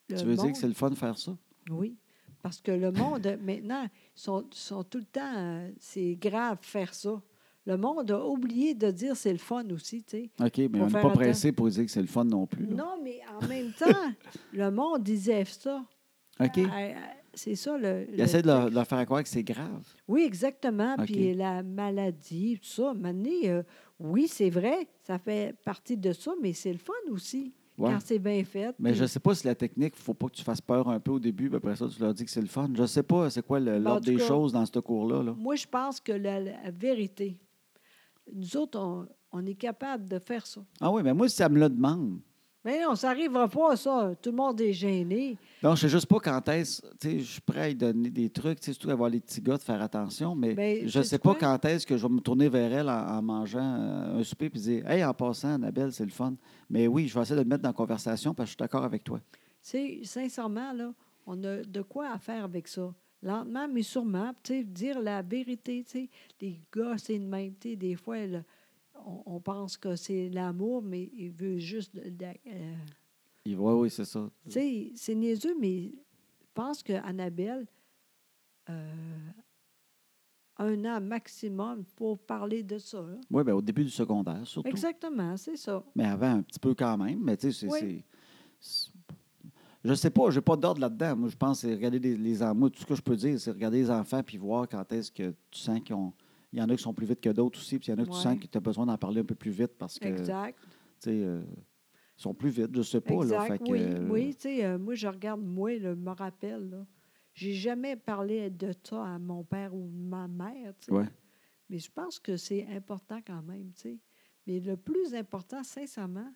[SPEAKER 2] le
[SPEAKER 1] Tu veux dire
[SPEAKER 2] monde-
[SPEAKER 1] que c'est le fun de faire ça?
[SPEAKER 2] Oui. Parce que le monde, euh, maintenant, sont, sont tout le temps. euh, c'est grave faire ça. Le monde a oublié de dire c'est le fun aussi, tu sais.
[SPEAKER 1] OK, mais
[SPEAKER 2] Faut
[SPEAKER 1] on n'est
[SPEAKER 2] faire
[SPEAKER 1] pas
[SPEAKER 2] attention.
[SPEAKER 1] pressé pour dire que c'est le fun non plus. là.
[SPEAKER 2] Non, mais en même temps, le monde disait ça.
[SPEAKER 1] OK.
[SPEAKER 2] Ah, ah, C'est ça le.
[SPEAKER 1] Il
[SPEAKER 2] le-
[SPEAKER 1] essaie de leur, de leur faire croire que c'est grave.
[SPEAKER 2] Oui, exactement.
[SPEAKER 1] OK.
[SPEAKER 2] Puis la maladie, tout ça. Mané, euh, oui, c'est vrai, ça fait partie de ça, mais c'est le fun aussi.
[SPEAKER 1] Ouais.
[SPEAKER 2] Quand c'est bien fait.
[SPEAKER 1] Mais
[SPEAKER 2] puis-
[SPEAKER 1] je ne sais pas si la technique, il ne faut pas que tu fasses peur un peu au début, puis après ça, tu leur dis que c'est le fun. Je ne sais pas c'est quoi le-
[SPEAKER 2] en
[SPEAKER 1] l'ordre
[SPEAKER 2] tout
[SPEAKER 1] des
[SPEAKER 2] cas-
[SPEAKER 1] choses dans ce cours-là. là.
[SPEAKER 2] Moi, je pense que la, la vérité, nous autres, on, on est capable de faire ça.
[SPEAKER 1] Ah oui, mais moi, si ça me le demande.
[SPEAKER 2] Mais on s'arrivera pas à ça. Tout le monde est gêné.
[SPEAKER 1] Non, je ne sais juste pas quand est-ce. tu sais, Je suis prêt à lui donner des trucs, tu sais, surtout avoir les petits gars, de faire attention, mais
[SPEAKER 2] Ben,
[SPEAKER 1] je ne
[SPEAKER 2] sais-tu
[SPEAKER 1] sais pas
[SPEAKER 2] quoi?
[SPEAKER 1] quand est-ce que je vais me tourner vers elle en, en mangeant euh, un souper puis dire Hey, en passant, Annabelle, c'est le fun. Mais oui, je vais essayer de le mettre dans la conversation parce que je suis d'accord avec toi.
[SPEAKER 2] C'est sincèrement, là, on a de quoi à faire avec ça. Lentement, mais sûrement, tu sais, dire la vérité, tu sais. Les gars, c'est de même, tu sais, des fois, là, on, on pense que c'est l'amour, mais il veut juste... de- de- euh,
[SPEAKER 1] Il va, oui, c'est ça.
[SPEAKER 2] tu sais, c'est niaiseux, mais je pense qu'Annabelle, un an maximum pour parler de ça. là.
[SPEAKER 1] Oui, bien, ben, au début du secondaire, surtout.
[SPEAKER 2] Exactement, c'est ça.
[SPEAKER 1] Mais avant, un petit peu quand même. Mais tu sais, c'est.
[SPEAKER 2] Oui.
[SPEAKER 1] c'est- c'est- Je sais pas, j'ai pas d'ordre là-dedans. Moi, je pense que c'est regarder les, les en- moi, Tout ce que je peux dire, c'est regarder les enfants puis voir quand est-ce que tu sens qu'ils ont, Il y en a qui sont plus vite que d'autres aussi, puis il y en a que tu
[SPEAKER 2] Ouais.
[SPEAKER 1] sens que tu as besoin d'en parler un peu plus vite parce que tu
[SPEAKER 2] Exact.
[SPEAKER 1] sais, euh, ils sont plus vite, je sais pas. là,
[SPEAKER 2] Exact,
[SPEAKER 1] fait que,
[SPEAKER 2] oui.
[SPEAKER 1] euh,
[SPEAKER 2] oui, tu sais, euh, moi, je regarde, moi, là, je me rappelle, là. J'ai jamais parlé de ça à mon père ou ma mère, tu sais.
[SPEAKER 1] Ouais.
[SPEAKER 2] Mais je pense que c'est important quand même, tu sais. Mais le plus important, sincèrement,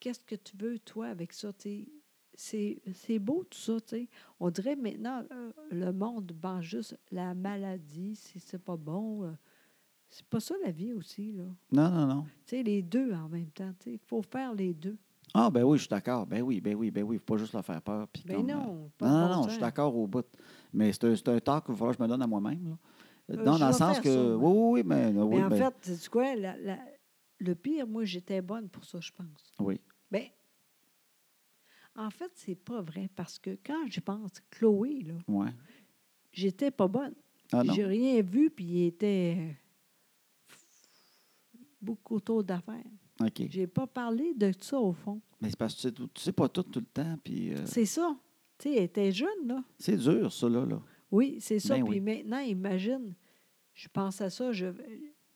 [SPEAKER 2] qu'est-ce que tu veux, toi, avec ça, tu sais? C'est c'est beau tout ça, tu sais. On dirait maintenant, euh, le monde pense juste la maladie, si c'est pas bon. euh, c'est pas ça la vie aussi, là.
[SPEAKER 1] Non, non, non.
[SPEAKER 2] Tu sais, les deux en même temps, tu sais. Il faut faire les deux.
[SPEAKER 1] Ah, ben oui, je suis d'accord. Ben oui, ben oui, ben oui. Il ne faut pas juste leur faire peur. puis
[SPEAKER 2] Mais
[SPEAKER 1] comme, euh,
[SPEAKER 2] Ben non, pas
[SPEAKER 1] Non,
[SPEAKER 2] de
[SPEAKER 1] non,
[SPEAKER 2] bon
[SPEAKER 1] non, je suis
[SPEAKER 2] sens.
[SPEAKER 1] d'accord au bout. Mais c'est un, c'est un tort qu'il va falloir que je me donne à moi-même. là. Euh,
[SPEAKER 2] Euh,
[SPEAKER 1] non, dans
[SPEAKER 2] je
[SPEAKER 1] le
[SPEAKER 2] vais
[SPEAKER 1] sens
[SPEAKER 2] faire
[SPEAKER 1] que.
[SPEAKER 2] ça,
[SPEAKER 1] oui,
[SPEAKER 2] moi.
[SPEAKER 1] oui, oui, mais. oui,
[SPEAKER 2] Mais en
[SPEAKER 1] ben,
[SPEAKER 2] fait, tu sais quoi, la- la- le pire, moi, j'étais bonne pour ça, je pense.
[SPEAKER 1] oui.
[SPEAKER 2] Ben, en fait, c'est pas vrai parce que quand je pense, Chloé, là,
[SPEAKER 1] Ouais.
[SPEAKER 2] j'étais pas bonne.
[SPEAKER 1] Ah non.
[SPEAKER 2] J'ai rien vu, puis il était euh, beaucoup trop d'affaires.
[SPEAKER 1] OK.
[SPEAKER 2] J'ai pas parlé de ça au fond.
[SPEAKER 1] Mais c'est parce que tu sais, tout- tu sais pas tout tout le temps, puis euh,
[SPEAKER 2] C'est ça. Tu sais, elle était jeune, là.
[SPEAKER 1] c'est dur, ça, là. là.
[SPEAKER 2] Oui, c'est ça.
[SPEAKER 1] Ben
[SPEAKER 2] puis
[SPEAKER 1] oui.
[SPEAKER 2] maintenant, imagine, je pense à ça, je,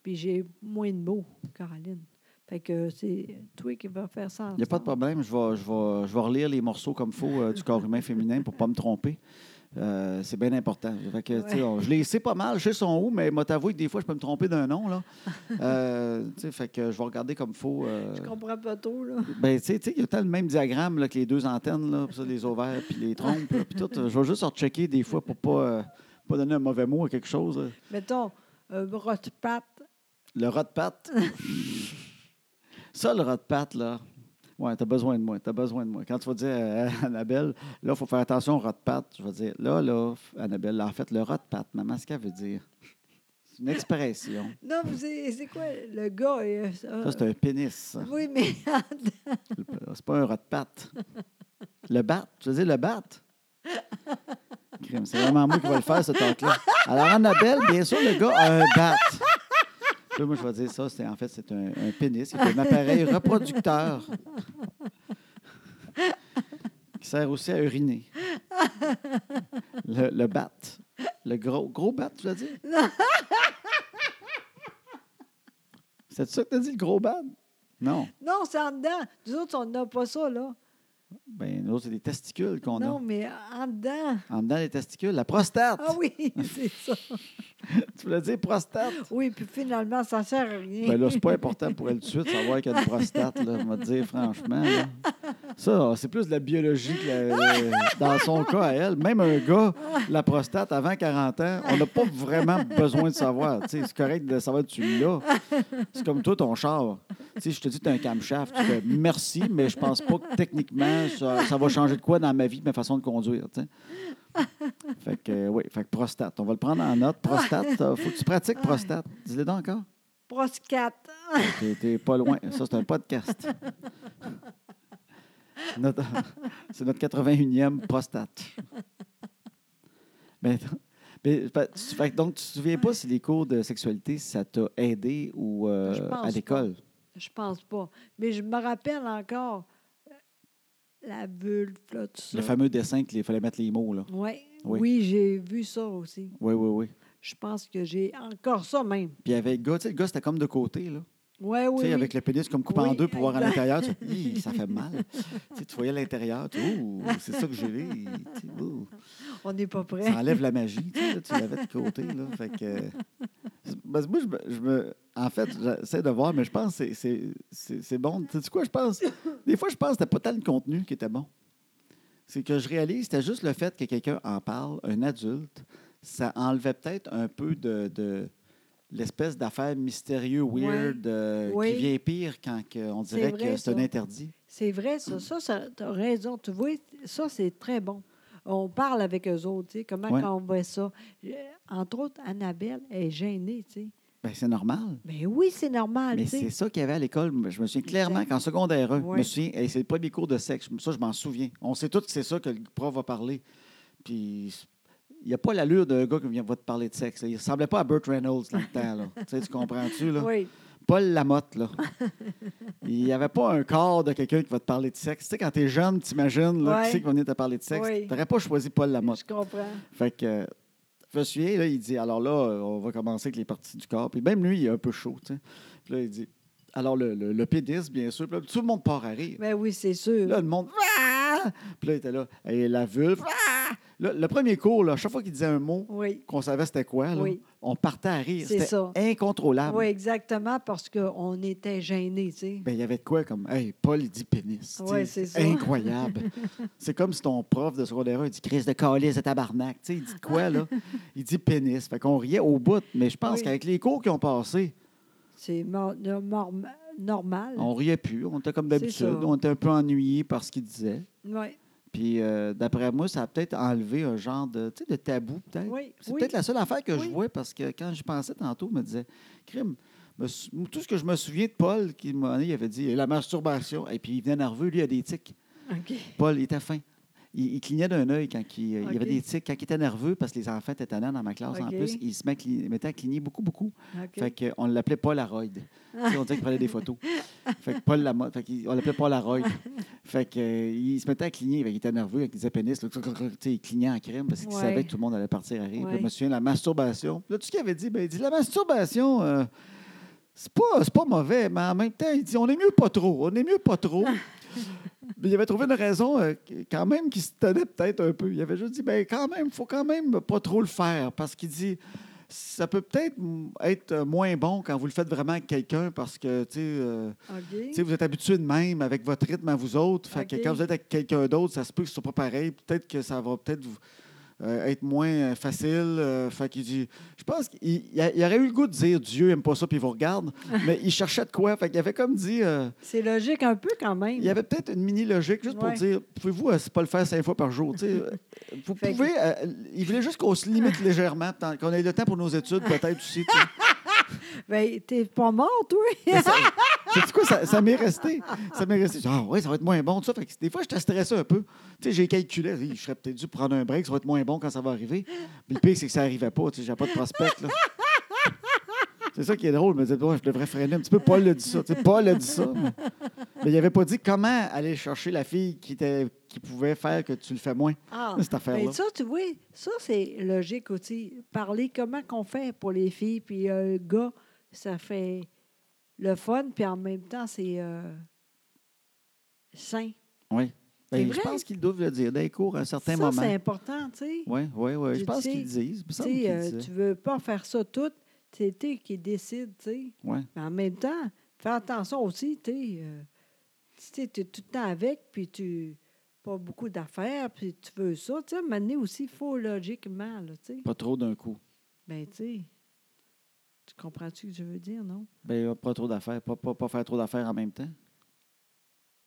[SPEAKER 2] puis j'ai moins de mots, Caroline. Fait que c'est toi qui vas faire ça.
[SPEAKER 1] Il n'y a pas de
[SPEAKER 2] ensemble.
[SPEAKER 1] problème. Je vais, je vais, je vais relire les morceaux comme faut euh, du corps humain féminin pour ne pas me tromper. Euh, c'est bien important. Fait que, tu sais,
[SPEAKER 2] Ouais.
[SPEAKER 1] on- je les sais pas mal, je sais son où, mais moi t'avouer que des fois, je peux me tromper d'un nom. Là. Euh, tu sais, fait que je vais regarder comme faut. euh,
[SPEAKER 2] Je comprends pas trop, là.
[SPEAKER 1] Ben, tu sais, tu sais, il y a tant le même diagramme là, que les deux antennes, là, puis ça, les ovaires, puis les trompes, là, puis tout. Je vais juste rechecker des fois pour pas, euh, pas donner un mauvais mot à quelque chose. là.
[SPEAKER 2] Mettons, un bras de patte.
[SPEAKER 1] Le rat de patte. ça, le rat de patte, là. Ouais, t'as besoin de moi, t'as besoin de moi. Quand tu vas dire euh, Annabelle, là, il faut faire attention au rat de patte. Je vais dire, là, là, Annabelle, là, en fait, le rat de patte, maman, ce qu'elle veut dire. C'est une expression.
[SPEAKER 2] Non, mais c'est c'est quoi le gars? euh,
[SPEAKER 1] Ça, c'est un pénis. ça.
[SPEAKER 2] Oui, mais
[SPEAKER 1] C'est pas un rat de patte. Le bat. Tu veux dire le bat? Crime, C'est vraiment moi qui vais le faire, ce talk-là. Alors, Annabelle, bien sûr, le gars a un bat. Puis Là, moi, je vais dire ça, c'est en fait, c'est un, un pénis, c'est un appareil reproducteur qui sert aussi à uriner. Le, le bat. Le gros, gros bat, tu veux dire? C'est ça que tu as dit, le gros bat? Non.
[SPEAKER 2] non, c'est en dedans. Nous autres, on n'a pas ça, là.
[SPEAKER 1] Ben, nous autres, c'est des testicules qu'on
[SPEAKER 2] non,
[SPEAKER 1] a.
[SPEAKER 2] mais en dedans.
[SPEAKER 1] En dedans des testicules, la prostate.
[SPEAKER 2] Ah oui, c'est ça.
[SPEAKER 1] Tu voulais dire prostate?
[SPEAKER 2] Oui, puis finalement, ça sert à rien.
[SPEAKER 1] Ben là, c'est pas important pour elle tout de suite savoir qu'il y a une prostate, là, on va te dire franchement. là. Ça, c'est plus de la biologie que la- dans son cas à elle. Même un gars, la prostate avant 40 ans, on n'a pas vraiment besoin de savoir. Tu sais, c'est correct de savoir que tu l'as. C'est comme toi, ton char. Tu sais, je te dis, tu as un camshaft. Tu fais merci, mais je pense pas que techniquement, ça, ça va changer de quoi dans ma vie, ma façon de conduire. tu sais. Fait que, euh, oui, fait que prostate. On va le prendre en note. Prostate, euh, faut que tu pratiques prostate. Dis-le donc encore.
[SPEAKER 2] Prostate.
[SPEAKER 1] T'es, t'es pas loin. Ça, c'est un podcast. Notre- c'est notre 81e prostate. Ben, t- ben, pa- tu- fait que donc, tu te souviens pas si les cours de sexualité, ça t'a aidé ou euh,
[SPEAKER 2] Je pense
[SPEAKER 1] à l'école?
[SPEAKER 2] Je pense pas. Mais je me rappelle encore euh, la vulve, là, tout ça.
[SPEAKER 1] Le fameux dessin qu'il fallait mettre les mots, là.
[SPEAKER 2] Ouais.
[SPEAKER 1] Oui.
[SPEAKER 2] Oui, j'ai vu ça aussi.
[SPEAKER 1] Oui, oui, oui.
[SPEAKER 2] Je pense que j'ai encore ça même.
[SPEAKER 1] Puis avec le gars, tu sais, le gars, c'était comme de côté, là.
[SPEAKER 2] Ouais,
[SPEAKER 1] Tu
[SPEAKER 2] oui,
[SPEAKER 1] sais,
[SPEAKER 2] oui.
[SPEAKER 1] avec le pénis comme coupé en
[SPEAKER 2] Oui,
[SPEAKER 1] deux pour voir à
[SPEAKER 2] exact.
[SPEAKER 1] l'intérieur, tu fais, Hi, ça fait mal. Tu sais, tu voyais l'intérieur, tu Ouh, c'est ça que j'ai vu. Tu sais, ouh.
[SPEAKER 2] On n'est pas prêt.
[SPEAKER 1] Ça enlève la magie, tu, sais, là, tu l'avais de côté. Là, fait que, euh, c'est- parce que moi, je me, je me- en fait, j'essaie de voir, mais je pense que c'est- c'est- c'est c'est bon. Tu sais quoi, je pense? Des fois, je pense que c'était pas tant le contenu qui était bon. C'est que je réalise, c'était juste le fait que quelqu'un en parle, un adulte, ça enlevait peut-être un peu de, de l'espèce d'affaire mystérieux, weird, euh,
[SPEAKER 2] Oui.
[SPEAKER 1] qui vient pire quand que on
[SPEAKER 2] C'est
[SPEAKER 1] dirait
[SPEAKER 2] vrai,
[SPEAKER 1] que c'est un
[SPEAKER 2] ça.
[SPEAKER 1] interdit.
[SPEAKER 2] C'est vrai, ça. Ça, ça tu as raison. Tu vois, ça, c'est très bon. On parle avec eux autres, tu sais, comment
[SPEAKER 1] Ouais.
[SPEAKER 2] qu'on on voit ça. Euh, Entre autres, Annabelle est gênée, tu sais.
[SPEAKER 1] Ben, c'est normal.
[SPEAKER 2] Mais oui, c'est normal,
[SPEAKER 1] Mais
[SPEAKER 2] tu sais.
[SPEAKER 1] c'est ça qu'il y avait à l'école. Je me souviens clairement
[SPEAKER 2] Exact.
[SPEAKER 1] qu'en secondaire 1, je me
[SPEAKER 2] Ouais.
[SPEAKER 1] souviens, hey, c'est le premier cours de sexe. Ça, je m'en souviens. On sait tous que c'est ça que le prof va parler. Puis, il n'y a pas l'allure d'un gars qui vient va te parler de sexe. là. Il ne ressemblait pas à Burt Reynolds dans le temps. là. Tu, sais, tu comprends-tu? Là?
[SPEAKER 2] Oui,
[SPEAKER 1] Paul Lamotte, là. Il n'y avait pas un corps de quelqu'un qui va te parler de sexe. Tu sais, quand tu es jeune, t'imagines là,
[SPEAKER 2] Ouais.
[SPEAKER 1] qui c'est qui va venir te parler de sexe.
[SPEAKER 2] Oui.
[SPEAKER 1] Tu n'aurais pas choisi Paul Lamotte.
[SPEAKER 2] je comprends.
[SPEAKER 1] Fait que, euh, Je me souviens, là, il dit Alors là, euh, on va commencer avec les parties du corps. Puis même lui, il est un peu chaud. tu sais. Puis là, il dit Alors le, le, le pénis, bien sûr. Puis là, tout le monde part à rire.
[SPEAKER 2] Ben oui, c'est sûr.
[SPEAKER 1] Là, le monde. Ah! Puis là, il était là. Et la vulve. Ah! Là, le premier cours, là, chaque fois qu'il disait un mot
[SPEAKER 2] oui.
[SPEAKER 1] qu'on savait c'était quoi, là,
[SPEAKER 2] Oui.
[SPEAKER 1] on partait à rire.
[SPEAKER 2] C'est
[SPEAKER 1] C'était
[SPEAKER 2] ça.
[SPEAKER 1] incontrôlable.
[SPEAKER 2] Oui, exactement, parce qu'on était gênés, tu sais.
[SPEAKER 1] Ben, il y avait de quoi comme Hey, Paul, il dit pénis. Tu
[SPEAKER 2] Ouais,
[SPEAKER 1] sais,
[SPEAKER 2] c'est ça.
[SPEAKER 1] Incroyable. c'est comme si ton prof de secondaire 1 dit Crise de calice de tabarnak. Tu sais, il dit de quoi, là Il dit pénis. Fait qu'on riait au bout. Mais je pense
[SPEAKER 2] Oui.
[SPEAKER 1] qu'avec les cours qui ont passé,
[SPEAKER 2] C'est mor- no- morm- normal.
[SPEAKER 1] on riait plus. On était comme
[SPEAKER 2] C'est
[SPEAKER 1] d'habitude.
[SPEAKER 2] ça.
[SPEAKER 1] On était un peu ennuyés par ce qu'il disait.
[SPEAKER 2] Ouais.
[SPEAKER 1] Puis, euh, d'après moi, ça a peut-être enlevé un genre de, tu sais, de tabou, peut-être.
[SPEAKER 2] Oui,
[SPEAKER 1] C'est
[SPEAKER 2] oui.
[SPEAKER 1] peut-être la seule affaire que je
[SPEAKER 2] Oui.
[SPEAKER 1] vois parce que quand je pensais tantôt, je me disais, crime, me sou- tout ce que je me souviens de Paul, qui m'a donné, il avait dit la masturbation. Et puis il venait nerveux, lui, il a des tics.
[SPEAKER 2] OK.
[SPEAKER 1] Paul il était fin. Il, il clignait d'un œil quand il, il
[SPEAKER 2] OK.
[SPEAKER 1] avait des tics. Quand il était nerveux, parce que les enfants étaient tannants dans ma classe, en
[SPEAKER 2] OK.
[SPEAKER 1] plus, il se met à cligner- il mettait à cligner beaucoup, beaucoup.
[SPEAKER 2] OK. Ah.
[SPEAKER 1] Fait que, on l'appelait Paul Aroyd. Tu sais, on disait qu'il prenait des photos. Fait que Paul Lamotte, fait qu'il- on l'appelait Paul Aroyd. Fait que, euh, il se mettait à cligner. Fait qu'il était nerveux avec disait pénis. là, tu sais, il clignait en crème parce qu'il
[SPEAKER 2] Ouais.
[SPEAKER 1] savait que tout le monde allait partir à rire. Puis là,
[SPEAKER 2] Ouais.
[SPEAKER 1] je me souviens, la masturbation. Là, tout ce qu'il avait dit, ben, il dit la masturbation, euh, c'est pas, c'est pas mauvais, mais en même temps, il dit on est mieux pas trop. On est mieux pas trop. Mais il avait trouvé une raison euh, quand même qui se tenait peut-être un peu. Il avait juste dit ben quand même, faut quand même pas trop le faire parce qu'il dit ça peut peut-être mm, être euh, moins bon quand vous le faites vraiment avec quelqu'un parce que tu sais, euh, tu sais,
[SPEAKER 2] OK.
[SPEAKER 1] vous êtes habitué de même avec votre rythme à vous autres. Fait
[SPEAKER 2] OK.
[SPEAKER 1] que quand vous êtes avec quelqu'un d'autre, ça se peut que ce soit pas pareil. Peut-être que ça va peut-être vous- euh, être moins euh, facile. Euh, fait qu'il dit, je pense qu'il il a- il aurait eu le goût de dire Dieu aime pas ça puis il vous regarde, mais il cherchait de quoi. Fait qu'il avait comme dit. euh,
[SPEAKER 2] C'est logique un peu quand même.
[SPEAKER 1] il y avait peut-être une mini logique juste pour
[SPEAKER 2] Ouais.
[SPEAKER 1] dire pouvez-vous euh, pas le faire cinq fois par jour tu sais, euh, Vous
[SPEAKER 2] Fait que-
[SPEAKER 1] pouvez. euh, il voulait juste qu'on se limite légèrement, tant- qu'on ait le temps pour nos études, peut-être aussi. tu sais.
[SPEAKER 2] Ben, t'es pas mort, toi?
[SPEAKER 1] Mais ça- Sais-tu quoi, ça, ça m'est resté. Ça m'est resté. J'ai dit, Ah ouais, ça va être moins bon, tout ça. Fait que des fois, j'étais stressé un peu. Tu sais, j'ai calculé, Hey, je serais peut-être dû prendre un break, ça va être moins bon quand ça va arriver. Mais le pire, c'est que ça n'arrivait pas, tu sais, j'avais pas de prospect, là. C'est ça qui est drôle, je me disais, Ouais, je devrais freiner un petit peu. Paul a dit ça, tu sais, Paul a dit ça. Mais, mais il n'avait pas dit comment aller chercher la fille qui, était, qui pouvait faire que tu le fais moins.
[SPEAKER 2] Ah,
[SPEAKER 1] Cette affaire-là.
[SPEAKER 2] ben ça, tu vois, ça, c'est logique aussi. Parler comment qu'on fait pour les filles, puis euh, le gars, ça fait le fun, puis en même temps, c'est euh, sain.
[SPEAKER 1] Oui.
[SPEAKER 2] C'est
[SPEAKER 1] Ben, je
[SPEAKER 2] vrai.
[SPEAKER 1] pense qu'ils doivent le dire, dans les cours, à un certain
[SPEAKER 2] ça,
[SPEAKER 1] moment.
[SPEAKER 2] c'est important, tu sais.
[SPEAKER 1] Oui, oui, oui. Je
[SPEAKER 2] Tu
[SPEAKER 1] pense
[SPEAKER 2] sais,
[SPEAKER 1] qu'ils le disent. Il me
[SPEAKER 2] Tu
[SPEAKER 1] semble
[SPEAKER 2] sais,
[SPEAKER 1] qu'ils le
[SPEAKER 2] euh,
[SPEAKER 1] disaient.
[SPEAKER 2] tu veux pas faire ça tout, c'est t'es qui décide, tu sais.
[SPEAKER 1] Ouais.
[SPEAKER 2] Mais en même temps, fais attention aussi, tu sais. euh, si tu es tout le temps avec, puis tu pas beaucoup d'affaires, puis tu veux ça, tu sais, maintenant aussi, il faut logiquement, là, tu sais.
[SPEAKER 1] Pas trop d'un coup.
[SPEAKER 2] Ben, tu sais, tu comprends-tu ce que je veux dire, non?
[SPEAKER 1] Ben, euh, pas trop d'affaires. Pas, pas, pas faire trop d'affaires en même temps.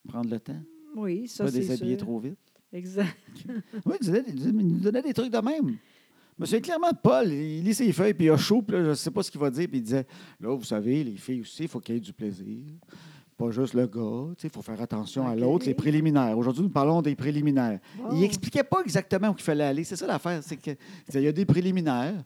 [SPEAKER 1] Prendre le temps.
[SPEAKER 2] Oui, ça,
[SPEAKER 1] pas
[SPEAKER 2] c'est
[SPEAKER 1] déshabiller
[SPEAKER 2] sûr.
[SPEAKER 1] trop vite.
[SPEAKER 2] Exact.
[SPEAKER 1] Oui, il, disait- il disait- il nous donnait des trucs de même. Monsieur, clairement, Paul, il lit ses feuilles, puis il a chaud, puis là, je ne sais pas ce qu'il va dire, puis il disait Là, vous savez, les filles aussi, il faut qu'il y ait du plaisir. Pas juste le gars, il faut faire attention à
[SPEAKER 2] Ok.
[SPEAKER 1] l'autre, les préliminaires. Aujourd'hui, nous parlons des préliminaires. Il
[SPEAKER 2] Bon.
[SPEAKER 1] expliquait pas exactement où il fallait aller. C'est ça l'affaire. C'est que, il disait, il y a des préliminaires,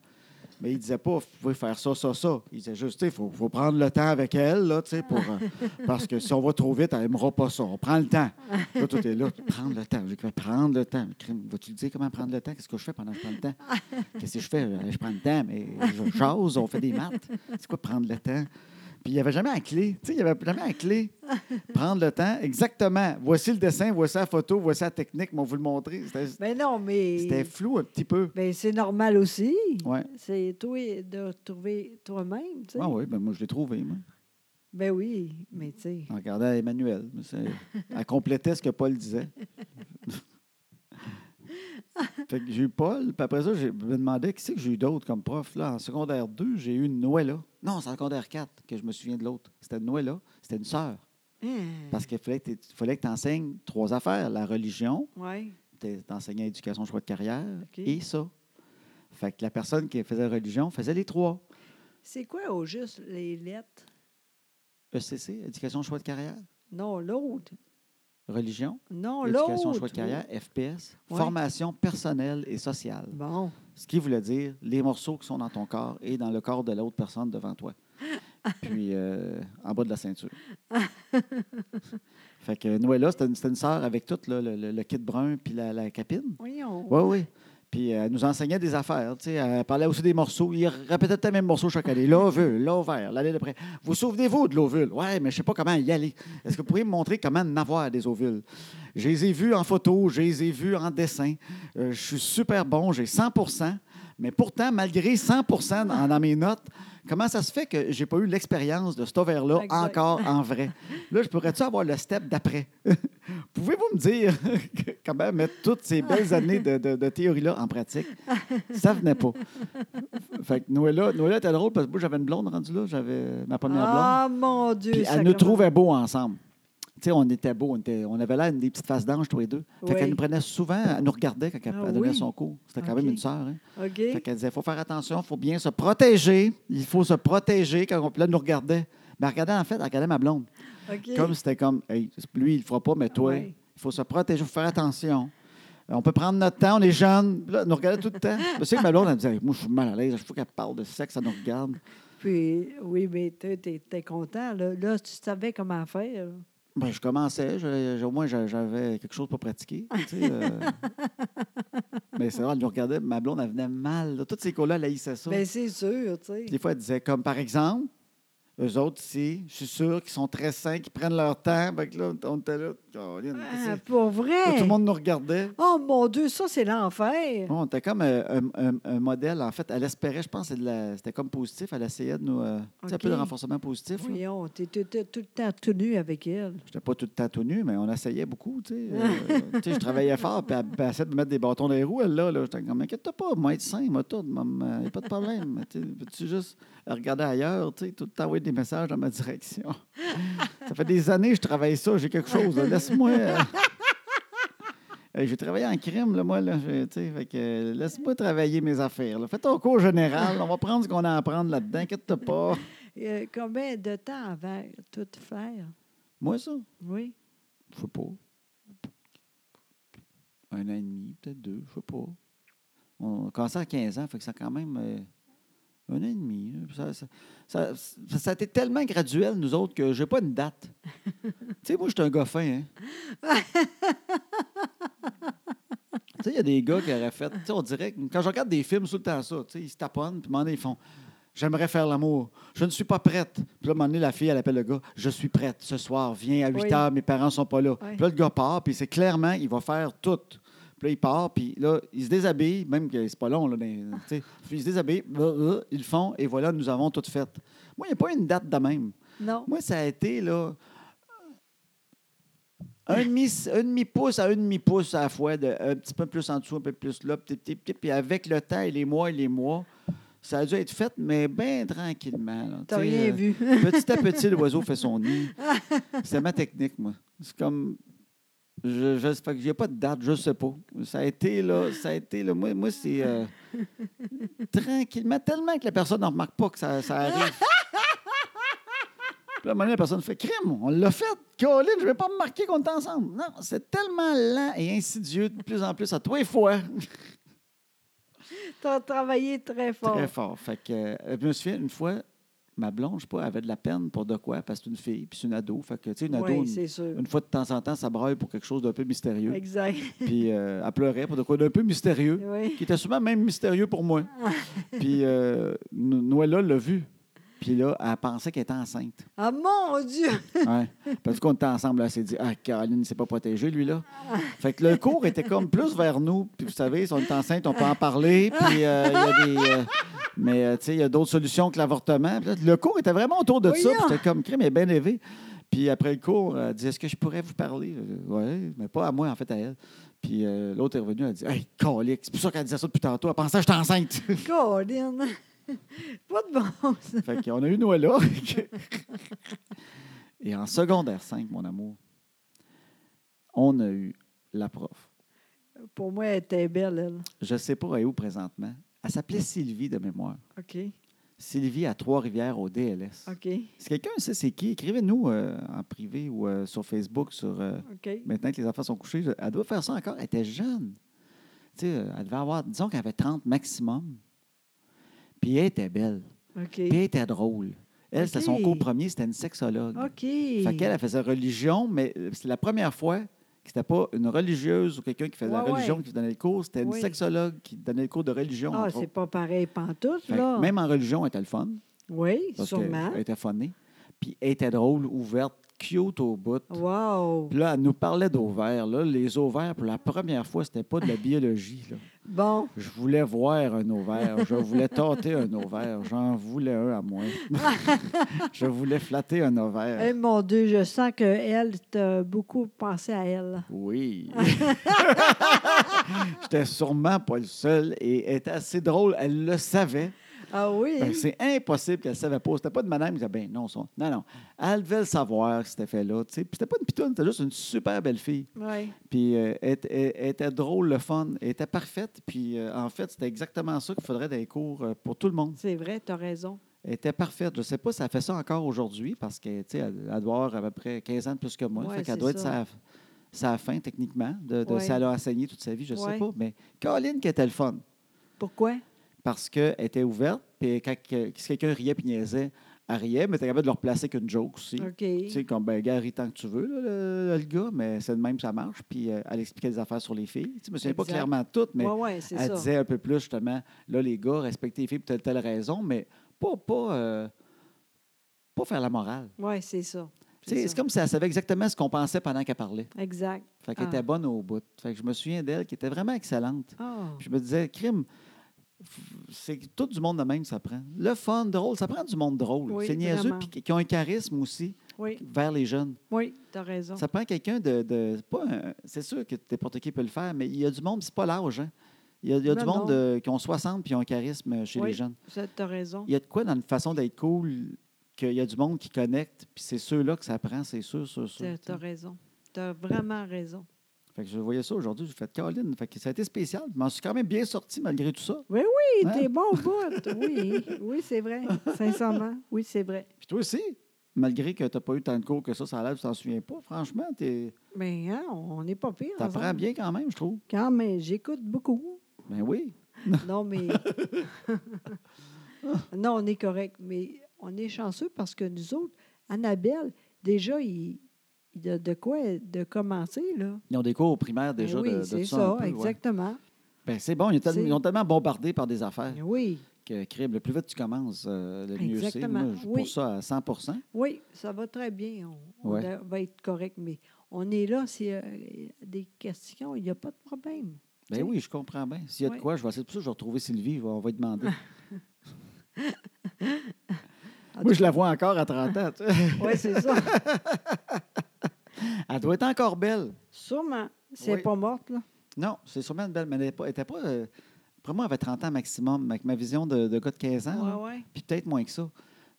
[SPEAKER 1] mais il disait pas, vous pouvez faire ça, ça, ça. Il disait juste, il faut, faut prendre le temps avec elle, là, tu sais, pour, euh, parce que si on va trop vite, elle n'aimera pas ça. On prend le temps. Là, tout est là. Prendre le temps. Je vais prendre le temps. Crime, Vas-tu lui dire comment prendre le temps? Qu'est-ce que je fais pendant que je prends le temps? Qu'est-ce que je fais? Euh, Je prends le temps, mais je jase, on fait des maths. C'est quoi prendre le temps? Puis il n'y avait jamais la clé. Tu sais, il n'y avait jamais la clé. Prendre le temps, exactement. Voici le dessin, voici la photo, voici la technique, mais on va vous le montrer. C'était-
[SPEAKER 2] Ben non,
[SPEAKER 1] C'était
[SPEAKER 2] mais...
[SPEAKER 1] flou un petit peu.
[SPEAKER 2] Ben, c'est normal aussi.
[SPEAKER 1] Ouais.
[SPEAKER 2] C'est toi de trouver toi-même, tu sais.
[SPEAKER 1] Ah oui, ben moi je l'ai trouvé, moi.
[SPEAKER 2] Ben oui, mais tu sais...
[SPEAKER 1] En regardant Emmanuel. Mais c'est- Elle complétait ce que Paul disait. fait que j'ai eu Paul, puis après ça, j'ai- je me demandais qui c'est que j'ai eu d'autres comme prof. Là, en secondaire 2, j'ai eu une Noëlla. Non, c'est en secondaire 4 que je me souviens de l'autre. C'était une Noëlla, c'était une sœur.
[SPEAKER 2] hein,
[SPEAKER 1] Parce qu'il fallait que tu enseignes trois affaires la religion,
[SPEAKER 2] Ouais.
[SPEAKER 1] t'enseignais éducation, choix de carrière
[SPEAKER 2] OK.
[SPEAKER 1] et ça. Fait que la personne qui faisait religion faisait les trois.
[SPEAKER 2] C'est quoi au juste les lettres?
[SPEAKER 1] ECC, E éducation, choix de carrière,
[SPEAKER 2] Non, l'autre.
[SPEAKER 1] religion,
[SPEAKER 2] Non, Oh, l'autre.
[SPEAKER 1] éducation, choix de carrière, FPS,
[SPEAKER 2] Ouais.
[SPEAKER 1] formation personnelle et sociale.
[SPEAKER 2] Bon.
[SPEAKER 1] Ce qui voulait dire les morceaux qui sont dans ton corps et dans le corps de l'autre personne devant toi. Puis euh, en bas de la ceinture. fait que Noëlla, c'était une, c'était une sœur avec tout là, le, le- le kit brun puis la, la capine.
[SPEAKER 2] Voyons.
[SPEAKER 1] Oui, oui. Puis euh, elle nous enseignait des affaires. tu sais. Elle parlait aussi des morceaux. Il répétait le même morceau chaque année. L'ovule, l'ovaire, l'année d'après. Vous souvenez-vous de l'ovule? Ouais, mais je sais pas comment y aller. Est-ce que vous pourriez me montrer comment en avoir des ovules? Je les ai vus en photo, je les ai vus en dessin. Euh, je suis super bon, j'ai 100 mais pourtant, malgré 100 dans, dans mes notes, comment ça se fait que j'ai pas eu l'expérience de cet ovaire-là
[SPEAKER 2] Exact.
[SPEAKER 1] encore en vrai? Là, je pourrais-tu avoir le step d'après? Pouvez-vous me dire comment mettre toutes ces belles années de, de- de théorie-là en pratique? Ça venait pas. Fait que Noëlla, Noëlla était drôle parce que moi, j'avais une blonde rendue là, j'avais ma première blonde.
[SPEAKER 2] Ah, mon Dieu!
[SPEAKER 1] Puis elle
[SPEAKER 2] sacrément.
[SPEAKER 1] nous trouvait beaux ensemble. Tu sais, on était beaux, on, était- on avait là des petites faces d'ange tous les deux. Fait
[SPEAKER 2] Oui.
[SPEAKER 1] qu'elle nous prenait souvent, elle nous regardait quand elle,
[SPEAKER 2] Ah
[SPEAKER 1] elle donnait
[SPEAKER 2] oui?
[SPEAKER 1] son cours. C'était quand
[SPEAKER 2] OK.
[SPEAKER 1] même une sœur. Hein?
[SPEAKER 2] OK.
[SPEAKER 1] Fait qu'elle disait, il faut faire attention, il faut bien se protéger. Il faut se protéger quand on puis là, elle nous regardait. Mais elle regardait, en fait, elle regardait ma blonde.
[SPEAKER 2] OK.
[SPEAKER 1] Comme c'était comme, Hey, lui, il le fera pas, mais toi,
[SPEAKER 2] Oui.
[SPEAKER 1] il faut se protéger, il faut faire attention. Euh, On peut prendre notre temps, on est jeunes. Puis Là, elle nous regardait tout le temps. Je sais que ma blonde, elle me disait, moi, je suis mal à l'aise. Je faut qu'elle parle de sexe, elle nous regarde.
[SPEAKER 2] Puis, oui, mais tu étais content. Là. Là, tu savais comment faire. là.
[SPEAKER 1] Ben, je commençais. je- je- au moins, j'a- j'avais quelque chose pour pratiquer. tu sais, euh. Mais c'est vrai, elle nous regardait. Ma blonde, elle venait mal. là. Toutes ces cours-là, elle haïssait ça.
[SPEAKER 2] Ben, c'est sûr, tu sais.
[SPEAKER 1] Des fois, elle disait, comme par exemple, eux autres ici, je suis sûr qu'ils sont très sains, qu'ils prennent leur temps. Fait que là, on était là. Caroline, qu'est-ce
[SPEAKER 2] Ah,
[SPEAKER 1] que
[SPEAKER 2] pour
[SPEAKER 1] c'est? Là,
[SPEAKER 2] vrai!
[SPEAKER 1] tout le monde nous regardait.
[SPEAKER 2] Oh, mon Dieu, ça, c'est l'enfer!
[SPEAKER 1] Bon, on était comme euh, un, un- un modèle. En fait, elle espérait, je pense, c'est de la- c'était comme positif. Elle essayait de nous. euh, tu sais, un peu de
[SPEAKER 2] OK.
[SPEAKER 1] renforcement positif. là.
[SPEAKER 2] Voyons, tu étais tout le temps tout nu avec elle.
[SPEAKER 1] J'étais pas tout le temps tout nu, mais on essayait beaucoup, tu sais. Euh, tu sais, je travaillais fort, puis elle, puis elle essayait de me mettre des bâtons dans les roues, elle, là. là. J'étais comme, inquiète-toi pas, moi, être sain, moi, tout, il n'y a pas de problème. Tu sais, Peux-tu juste regarder ailleurs, tu sais, tout le temps envoyer des messages dans ma direction. ça fait des années que je travaille ça, j'ai quelque chose, là. laisse-moi... euh, euh, J'ai travaillé en crime, là, moi, là, je- tu sais, fait que, euh, laisse-moi travailler mes affaires, là. Fais ton cours général, on va prendre ce qu'on a à prendre là-dedans, inquiète-toi pas.
[SPEAKER 2] Euh, combien de temps avant tout faire?
[SPEAKER 1] Moi, ça...
[SPEAKER 2] Oui.
[SPEAKER 1] Je sais pas. Un an et demi, peut-être deux, je sais pas. On a commencé à 15 ans, fait que ça a quand même euh, un an et demi. hein. Ça, ça, ça- ça- ça a été tellement graduel, nous autres, que j'ai pas une date. tu sais, moi, je suis un gars fin, hein. tu sais, il y a des gars qui auraient fait. Tu sais, on dirait que quand je regarde des films, c'est tout le temps ça. Tu sais, ils se taponnent, puis à un moment donné, ils font J'aimerais faire l'amour. Je ne suis pas prête. Puis là, à un moment donné, la fille, elle appelle le gars Je suis prête ce soir, viens à 8
[SPEAKER 2] Oui.
[SPEAKER 1] h, Ah, mes parents sont pas là.
[SPEAKER 2] Oui.
[SPEAKER 1] Puis là, le gars part, puis c'est clairement, il va faire tout. Puis là, il part, puis là, il se déshabille, même que c'est pas long, là. mais, tu sais. puis il se déshabille, blah, blah, ils le font, et voilà, nous avons tout fait. Moi, il n'y a pas une date de même.
[SPEAKER 2] Non.
[SPEAKER 1] Moi, ça a été, là, un demi- un demi-pouce à un demi-pouce à la fois, de, un petit peu plus en dessous, un peu plus là, petit, petit, petit. Puis avec le temps et les mois et les mois, ça a dû être fait, mais bien tranquillement. là.
[SPEAKER 2] T'as
[SPEAKER 1] Tu sais,
[SPEAKER 2] rien
[SPEAKER 1] euh,
[SPEAKER 2] vu.
[SPEAKER 1] Petit à petit, l'oiseau fait son nid. C'est ma technique, moi. C'est comme. Je je sais pas, j'ai pas de date, je sais pas. Ça a été, là, ça a été, là, moi, moi c'est. euh, tranquillement, tellement que la personne ne remarque pas que ça, ça arrive. Puis là, à un moment donné, la personne fait crime, on l'a fait. Colin, je vais pas me marquer qu'on est ensemble. Non, c'est tellement lent et insidieux de plus en plus à toi et fois.
[SPEAKER 2] T'as travaillé très fort.
[SPEAKER 1] Très fort. Fait que, euh, je me souviens, une fois, ma blonde, je sais pas, avait de la peine pour de quoi, parce que c'est une fille, puis c'est une ado. Fait que, tu sais, une ado,
[SPEAKER 2] oui,
[SPEAKER 1] une,
[SPEAKER 2] c'est sûr.
[SPEAKER 1] une fois de temps en temps, ça braille pour quelque chose d'un peu mystérieux.
[SPEAKER 2] Exact.
[SPEAKER 1] Puis euh, elle pleurait pour de quoi d'un peu mystérieux,
[SPEAKER 2] Oui.
[SPEAKER 1] qui était souvent même mystérieux pour moi.
[SPEAKER 2] Ah.
[SPEAKER 1] Puis euh, No- Noëlla l'a vu. Puis là, elle pensait qu'elle était enceinte.
[SPEAKER 2] Ah, mon Dieu!
[SPEAKER 1] Ouais. Parce qu'on était ensemble, là, elle s'est dit Ah, Caroline, il s'est pas protégé, lui, là. Fait que le cours était comme plus vers nous. Puis vous savez, si on est enceinte, on peut en parler. Puis euh, il y a des. euh, mais euh, tu sais, il y a d'autres solutions que l'avortement. Puis là, Le cours était vraiment autour de ça.
[SPEAKER 2] Voyons.
[SPEAKER 1] Puis C'était comme crime, mais bien élevé. Puis après le cours, elle dit Est-ce que je pourrais vous parler Oui, mais pas à moi, en fait, à elle. Puis euh, l'autre est revenu, elle dit Hey, colique, c'est pour ça qu'elle disait ça depuis tantôt. Elle pensait que j'étais enceinte.
[SPEAKER 2] Colin! Pas de bon sens.
[SPEAKER 1] Fait qu'on a eu Noëlla. Et en secondaire 5, mon amour, on a eu la prof.
[SPEAKER 2] Pour moi, elle était belle, elle.
[SPEAKER 1] Je sais pas elle est où présentement. Elle s'appelait Sylvie de mémoire.
[SPEAKER 2] OK.
[SPEAKER 1] Sylvie à Trois-Rivières au DLS.
[SPEAKER 2] OK.
[SPEAKER 1] Si quelqu'un sait c'est qui, écrivez-nous euh, en privé ou euh, sur Facebook. Sur, euh,
[SPEAKER 2] OK.
[SPEAKER 1] maintenant que les enfants sont couchés, elle doit faire ça encore. Elle était jeune. Tu sais, euh, elle devait avoir, disons qu'elle avait 30 maximum. Puis elle était belle.
[SPEAKER 2] OK.
[SPEAKER 1] Puis elle était drôle. Elle, c'était son
[SPEAKER 2] Ok.
[SPEAKER 1] cours premier, c'était une sexologue.
[SPEAKER 2] OK.
[SPEAKER 1] Fait qu'elle, elle faisait religion, mais euh, c'est la première fois qui n'était pas une religieuse ou quelqu'un qui faisait la
[SPEAKER 2] Ouais,
[SPEAKER 1] religion
[SPEAKER 2] ouais.
[SPEAKER 1] qui donnait le cours, c'était une
[SPEAKER 2] Oui.
[SPEAKER 1] sexologue qui donnait le cours de religion.
[SPEAKER 2] Ah,
[SPEAKER 1] entre
[SPEAKER 2] c'est
[SPEAKER 1] autres.
[SPEAKER 2] pas pareil pantoute,
[SPEAKER 1] Fait que
[SPEAKER 2] là.
[SPEAKER 1] même en religion, elle était le fun.
[SPEAKER 2] Oui,
[SPEAKER 1] Parce
[SPEAKER 2] sûrement.
[SPEAKER 1] qu'elle était funnée. Puis elle était drôle, ouverte, cute au bout.
[SPEAKER 2] Wow!
[SPEAKER 1] Puis là, elle nous parlait d'ovaires. Là. Les ovaires, pour la première fois, c'était pas de la biologie. là.
[SPEAKER 2] Bon,
[SPEAKER 1] Je voulais voir un ovaire. Je voulais tâter un ovaire. J'en voulais un à moi. je voulais flatter un ovaire.
[SPEAKER 2] Eh, mon Dieu, je sens qu'elle, t'a beaucoup pensé à elle.
[SPEAKER 1] Oui. J'étais sûrement pas le seul et elle était assez drôle. Elle le savait.
[SPEAKER 2] Ah
[SPEAKER 1] Fait
[SPEAKER 2] oui?
[SPEAKER 1] que Ben, c'est impossible qu'elle ne savait pas. C'était pas de madame qui disait ben non, son- non, non. Elle devait le savoir, cet effet-là. tu sais. Puis c'était pas une pitoune, c'était juste une super belle fille.
[SPEAKER 2] oui.
[SPEAKER 1] Puis euh, elle, était- elle- elle était drôle, le fun. Elle était parfaite. Puis euh, en fait, c'était exactement ça qu'il faudrait dans les cours euh, pour tout le monde.
[SPEAKER 2] C'est vrai, t'as raison.
[SPEAKER 1] Elle était parfaite. Je sais pas si elle fait ça encore aujourd'hui parce qu'elle elle, elle doit avoir à peu près 15 ans de plus que moi.
[SPEAKER 2] Ouais,
[SPEAKER 1] fait qu'elle
[SPEAKER 2] c'est
[SPEAKER 1] doit être
[SPEAKER 2] ça.
[SPEAKER 1] sa, sa fin, techniquement, de, de
[SPEAKER 2] Ouais.
[SPEAKER 1] si elle a enseigné toute sa vie, je
[SPEAKER 2] Ouais.
[SPEAKER 1] sais pas. Mais Caroline qui était le fun
[SPEAKER 2] Pourquoi?
[SPEAKER 1] parce qu'elle était ouverte. Puis quand que- si quelqu'un riait puis niaisait, elle riait, mais t'es capable de leur placer qu'une joke aussi.
[SPEAKER 2] OK.
[SPEAKER 1] Tu sais, comme, ben, gars, ris tant que tu veux, là, le, le gars, mais c'est de même que ça marche. Puis euh, elle expliquait des affaires sur les filles. Tu sais, je me souviens pas
[SPEAKER 2] Exact.
[SPEAKER 1] clairement de toutes, mais
[SPEAKER 2] Oui, oui, c'est
[SPEAKER 1] elle
[SPEAKER 2] ça.
[SPEAKER 1] disait un peu plus, justement, là, les gars, respectez les filles pour telle telle raison, mais pas, pas, euh, pas faire la morale.
[SPEAKER 2] Oui, c'est ça.
[SPEAKER 1] Tu sais,
[SPEAKER 2] ça.
[SPEAKER 1] C'est comme si elle savait exactement ce qu'on pensait pendant qu'elle parlait.
[SPEAKER 2] Exact.
[SPEAKER 1] Fait qu'elle
[SPEAKER 2] Ah.
[SPEAKER 1] était bonne au bout. Fait que je me souviens d'elle qui était vraiment excellente.
[SPEAKER 2] Ah.
[SPEAKER 1] Puis je me disais, crime, c'est tout du monde de même que ça prend. Le fun, drôle, ça prend du monde drôle.
[SPEAKER 2] Oui,
[SPEAKER 1] c'est niaiseux,
[SPEAKER 2] vraiment.
[SPEAKER 1] puis qui qui ont un charisme aussi
[SPEAKER 2] Oui,
[SPEAKER 1] vers les jeunes.
[SPEAKER 2] oui, t'as raison.
[SPEAKER 1] Ça prend quelqu'un de. de- c'est pas un- c'est sûr que n'importe qui peut le faire, mais il y a du monde, c'est pas l'âge. hein. Il y a, il y a
[SPEAKER 2] Non,
[SPEAKER 1] du monde
[SPEAKER 2] non.
[SPEAKER 1] de- qui ont 60 puis ont un charisme euh, chez
[SPEAKER 2] Oui.
[SPEAKER 1] les jeunes.
[SPEAKER 2] Ça, T'as raison.
[SPEAKER 1] Il y a de quoi dans une façon d'être cool qu'il y a du monde qui connecte, puis c'est ceux-là que ça prend, c'est sûr, sûr, sûr.
[SPEAKER 2] T'as
[SPEAKER 1] tu sais.
[SPEAKER 2] t'as raison. T'as vraiment raison.
[SPEAKER 1] Fait que je voyais ça aujourd'hui, j'ai fait Caroline. Fait que ça a été spécial. Je m'en suis quand même bien sorti malgré tout ça.
[SPEAKER 2] Oui,
[SPEAKER 1] Hein?
[SPEAKER 2] t'es bon au bout. Oui, oui, c'est vrai. Sincèrement, oui, c'est vrai.
[SPEAKER 1] Puis toi aussi, malgré que tu n'as pas eu tant de cours que ça, ça a l'air, que tu t'en souviens pas. Franchement, tu
[SPEAKER 2] Mais hein, on n'est pas pire.
[SPEAKER 1] apprends
[SPEAKER 2] ensemble.
[SPEAKER 1] bien quand même, je trouve.
[SPEAKER 2] Quand même, j'écoute beaucoup.
[SPEAKER 1] Ben oui.
[SPEAKER 2] Non, mais. non, on est correct. Mais on est chanceux parce que nous autres, Annabelle, déjà, il, il a de quoi de commencer, là.
[SPEAKER 1] Ils ont des cours primaires
[SPEAKER 2] Ben
[SPEAKER 1] déjà
[SPEAKER 2] oui,
[SPEAKER 1] de, de
[SPEAKER 2] c'est
[SPEAKER 1] ça.
[SPEAKER 2] ça,
[SPEAKER 1] un peu, ouais.
[SPEAKER 2] exactement.
[SPEAKER 1] Ben c'est bon, ils, ont tellement-
[SPEAKER 2] C'est-
[SPEAKER 1] ils ont tellement bombardé par des affaires
[SPEAKER 2] Oui,
[SPEAKER 1] que, crime, le plus vite tu commences, euh, le mieux c'est.
[SPEAKER 2] Exactement,
[SPEAKER 1] Moi, je suis
[SPEAKER 2] oui.
[SPEAKER 1] pour ça à 100
[SPEAKER 2] oui, ça va très bien. On, on
[SPEAKER 1] Ouais.
[SPEAKER 2] va- va être correct, mais on est là. S'il y a euh, des questions, il n'y a pas de problème.
[SPEAKER 1] Ben
[SPEAKER 2] Tu sais.
[SPEAKER 1] oui, je comprends bien. S'il y a
[SPEAKER 2] Ouais.
[SPEAKER 1] de quoi, je vais essayer. C'est pour ça que je vais retrouver Sylvie, je vais- on va lui demander. Moi, je la vois encore à 30 ans. tu sais.
[SPEAKER 2] Oui, c'est ça.
[SPEAKER 1] Elle doit être encore belle.
[SPEAKER 2] Sûrement. C'est
[SPEAKER 1] Oui.
[SPEAKER 2] pas morte, là.
[SPEAKER 1] Non, c'est sûrement une belle, mais elle n'était pas. elle était pas, euh, après moi, elle avait 30 ans maximum, avec ma vision de, de gars de 15 ans, là,
[SPEAKER 2] Ouais, ouais.
[SPEAKER 1] puis peut-être moins que ça.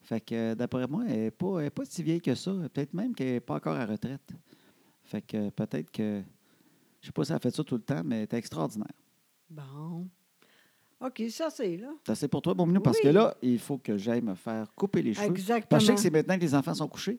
[SPEAKER 1] Fait que euh, d'après moi, elle n'est pas, elle est pas si vieille que ça. Peut-être même qu'elle n'est pas encore à retraite. Fait que euh, peut-être que. Je sais pas si elle a fait ça tout le temps, mais elle était extraordinaire.
[SPEAKER 2] Bon. OK, ça, c'est là.
[SPEAKER 1] C'est assez pour toi, bon minou, parce que
[SPEAKER 2] Oui.
[SPEAKER 1] là, il faut que j'aille me faire couper les cheveux. Parce que je sais
[SPEAKER 2] Exactement.
[SPEAKER 1] que c'est maintenant que les enfants sont couchés,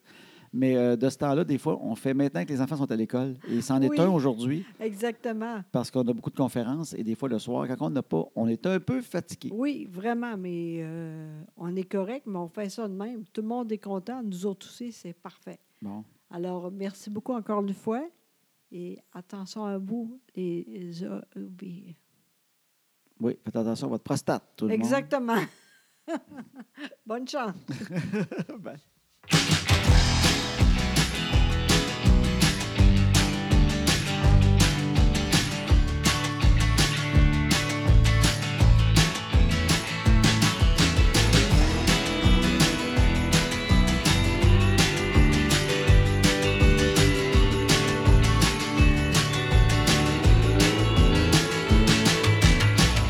[SPEAKER 1] mais euh, de ce temps-là, des fois, on fait maintenant que les enfants sont à l'école. Et c'en
[SPEAKER 2] Oui.
[SPEAKER 1] est un aujourd'hui.
[SPEAKER 2] Exactement.
[SPEAKER 1] parce qu'on a beaucoup de conférences et des fois le soir, quand on n'a pas, on est un peu fatigué.
[SPEAKER 2] Oui, vraiment, mais euh, on est correct, mais on fait ça de même. Tout le monde est content. Nous autres aussi, c'est parfait.
[SPEAKER 1] Bon,
[SPEAKER 2] Alors, merci beaucoup encore une fois. Et attention à vous, euh, les- les OB.
[SPEAKER 1] oui, faites attention à votre prostate, tout le
[SPEAKER 2] Exactement. Bonne chance.
[SPEAKER 1] monde. Ben,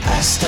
[SPEAKER 3] À ce temps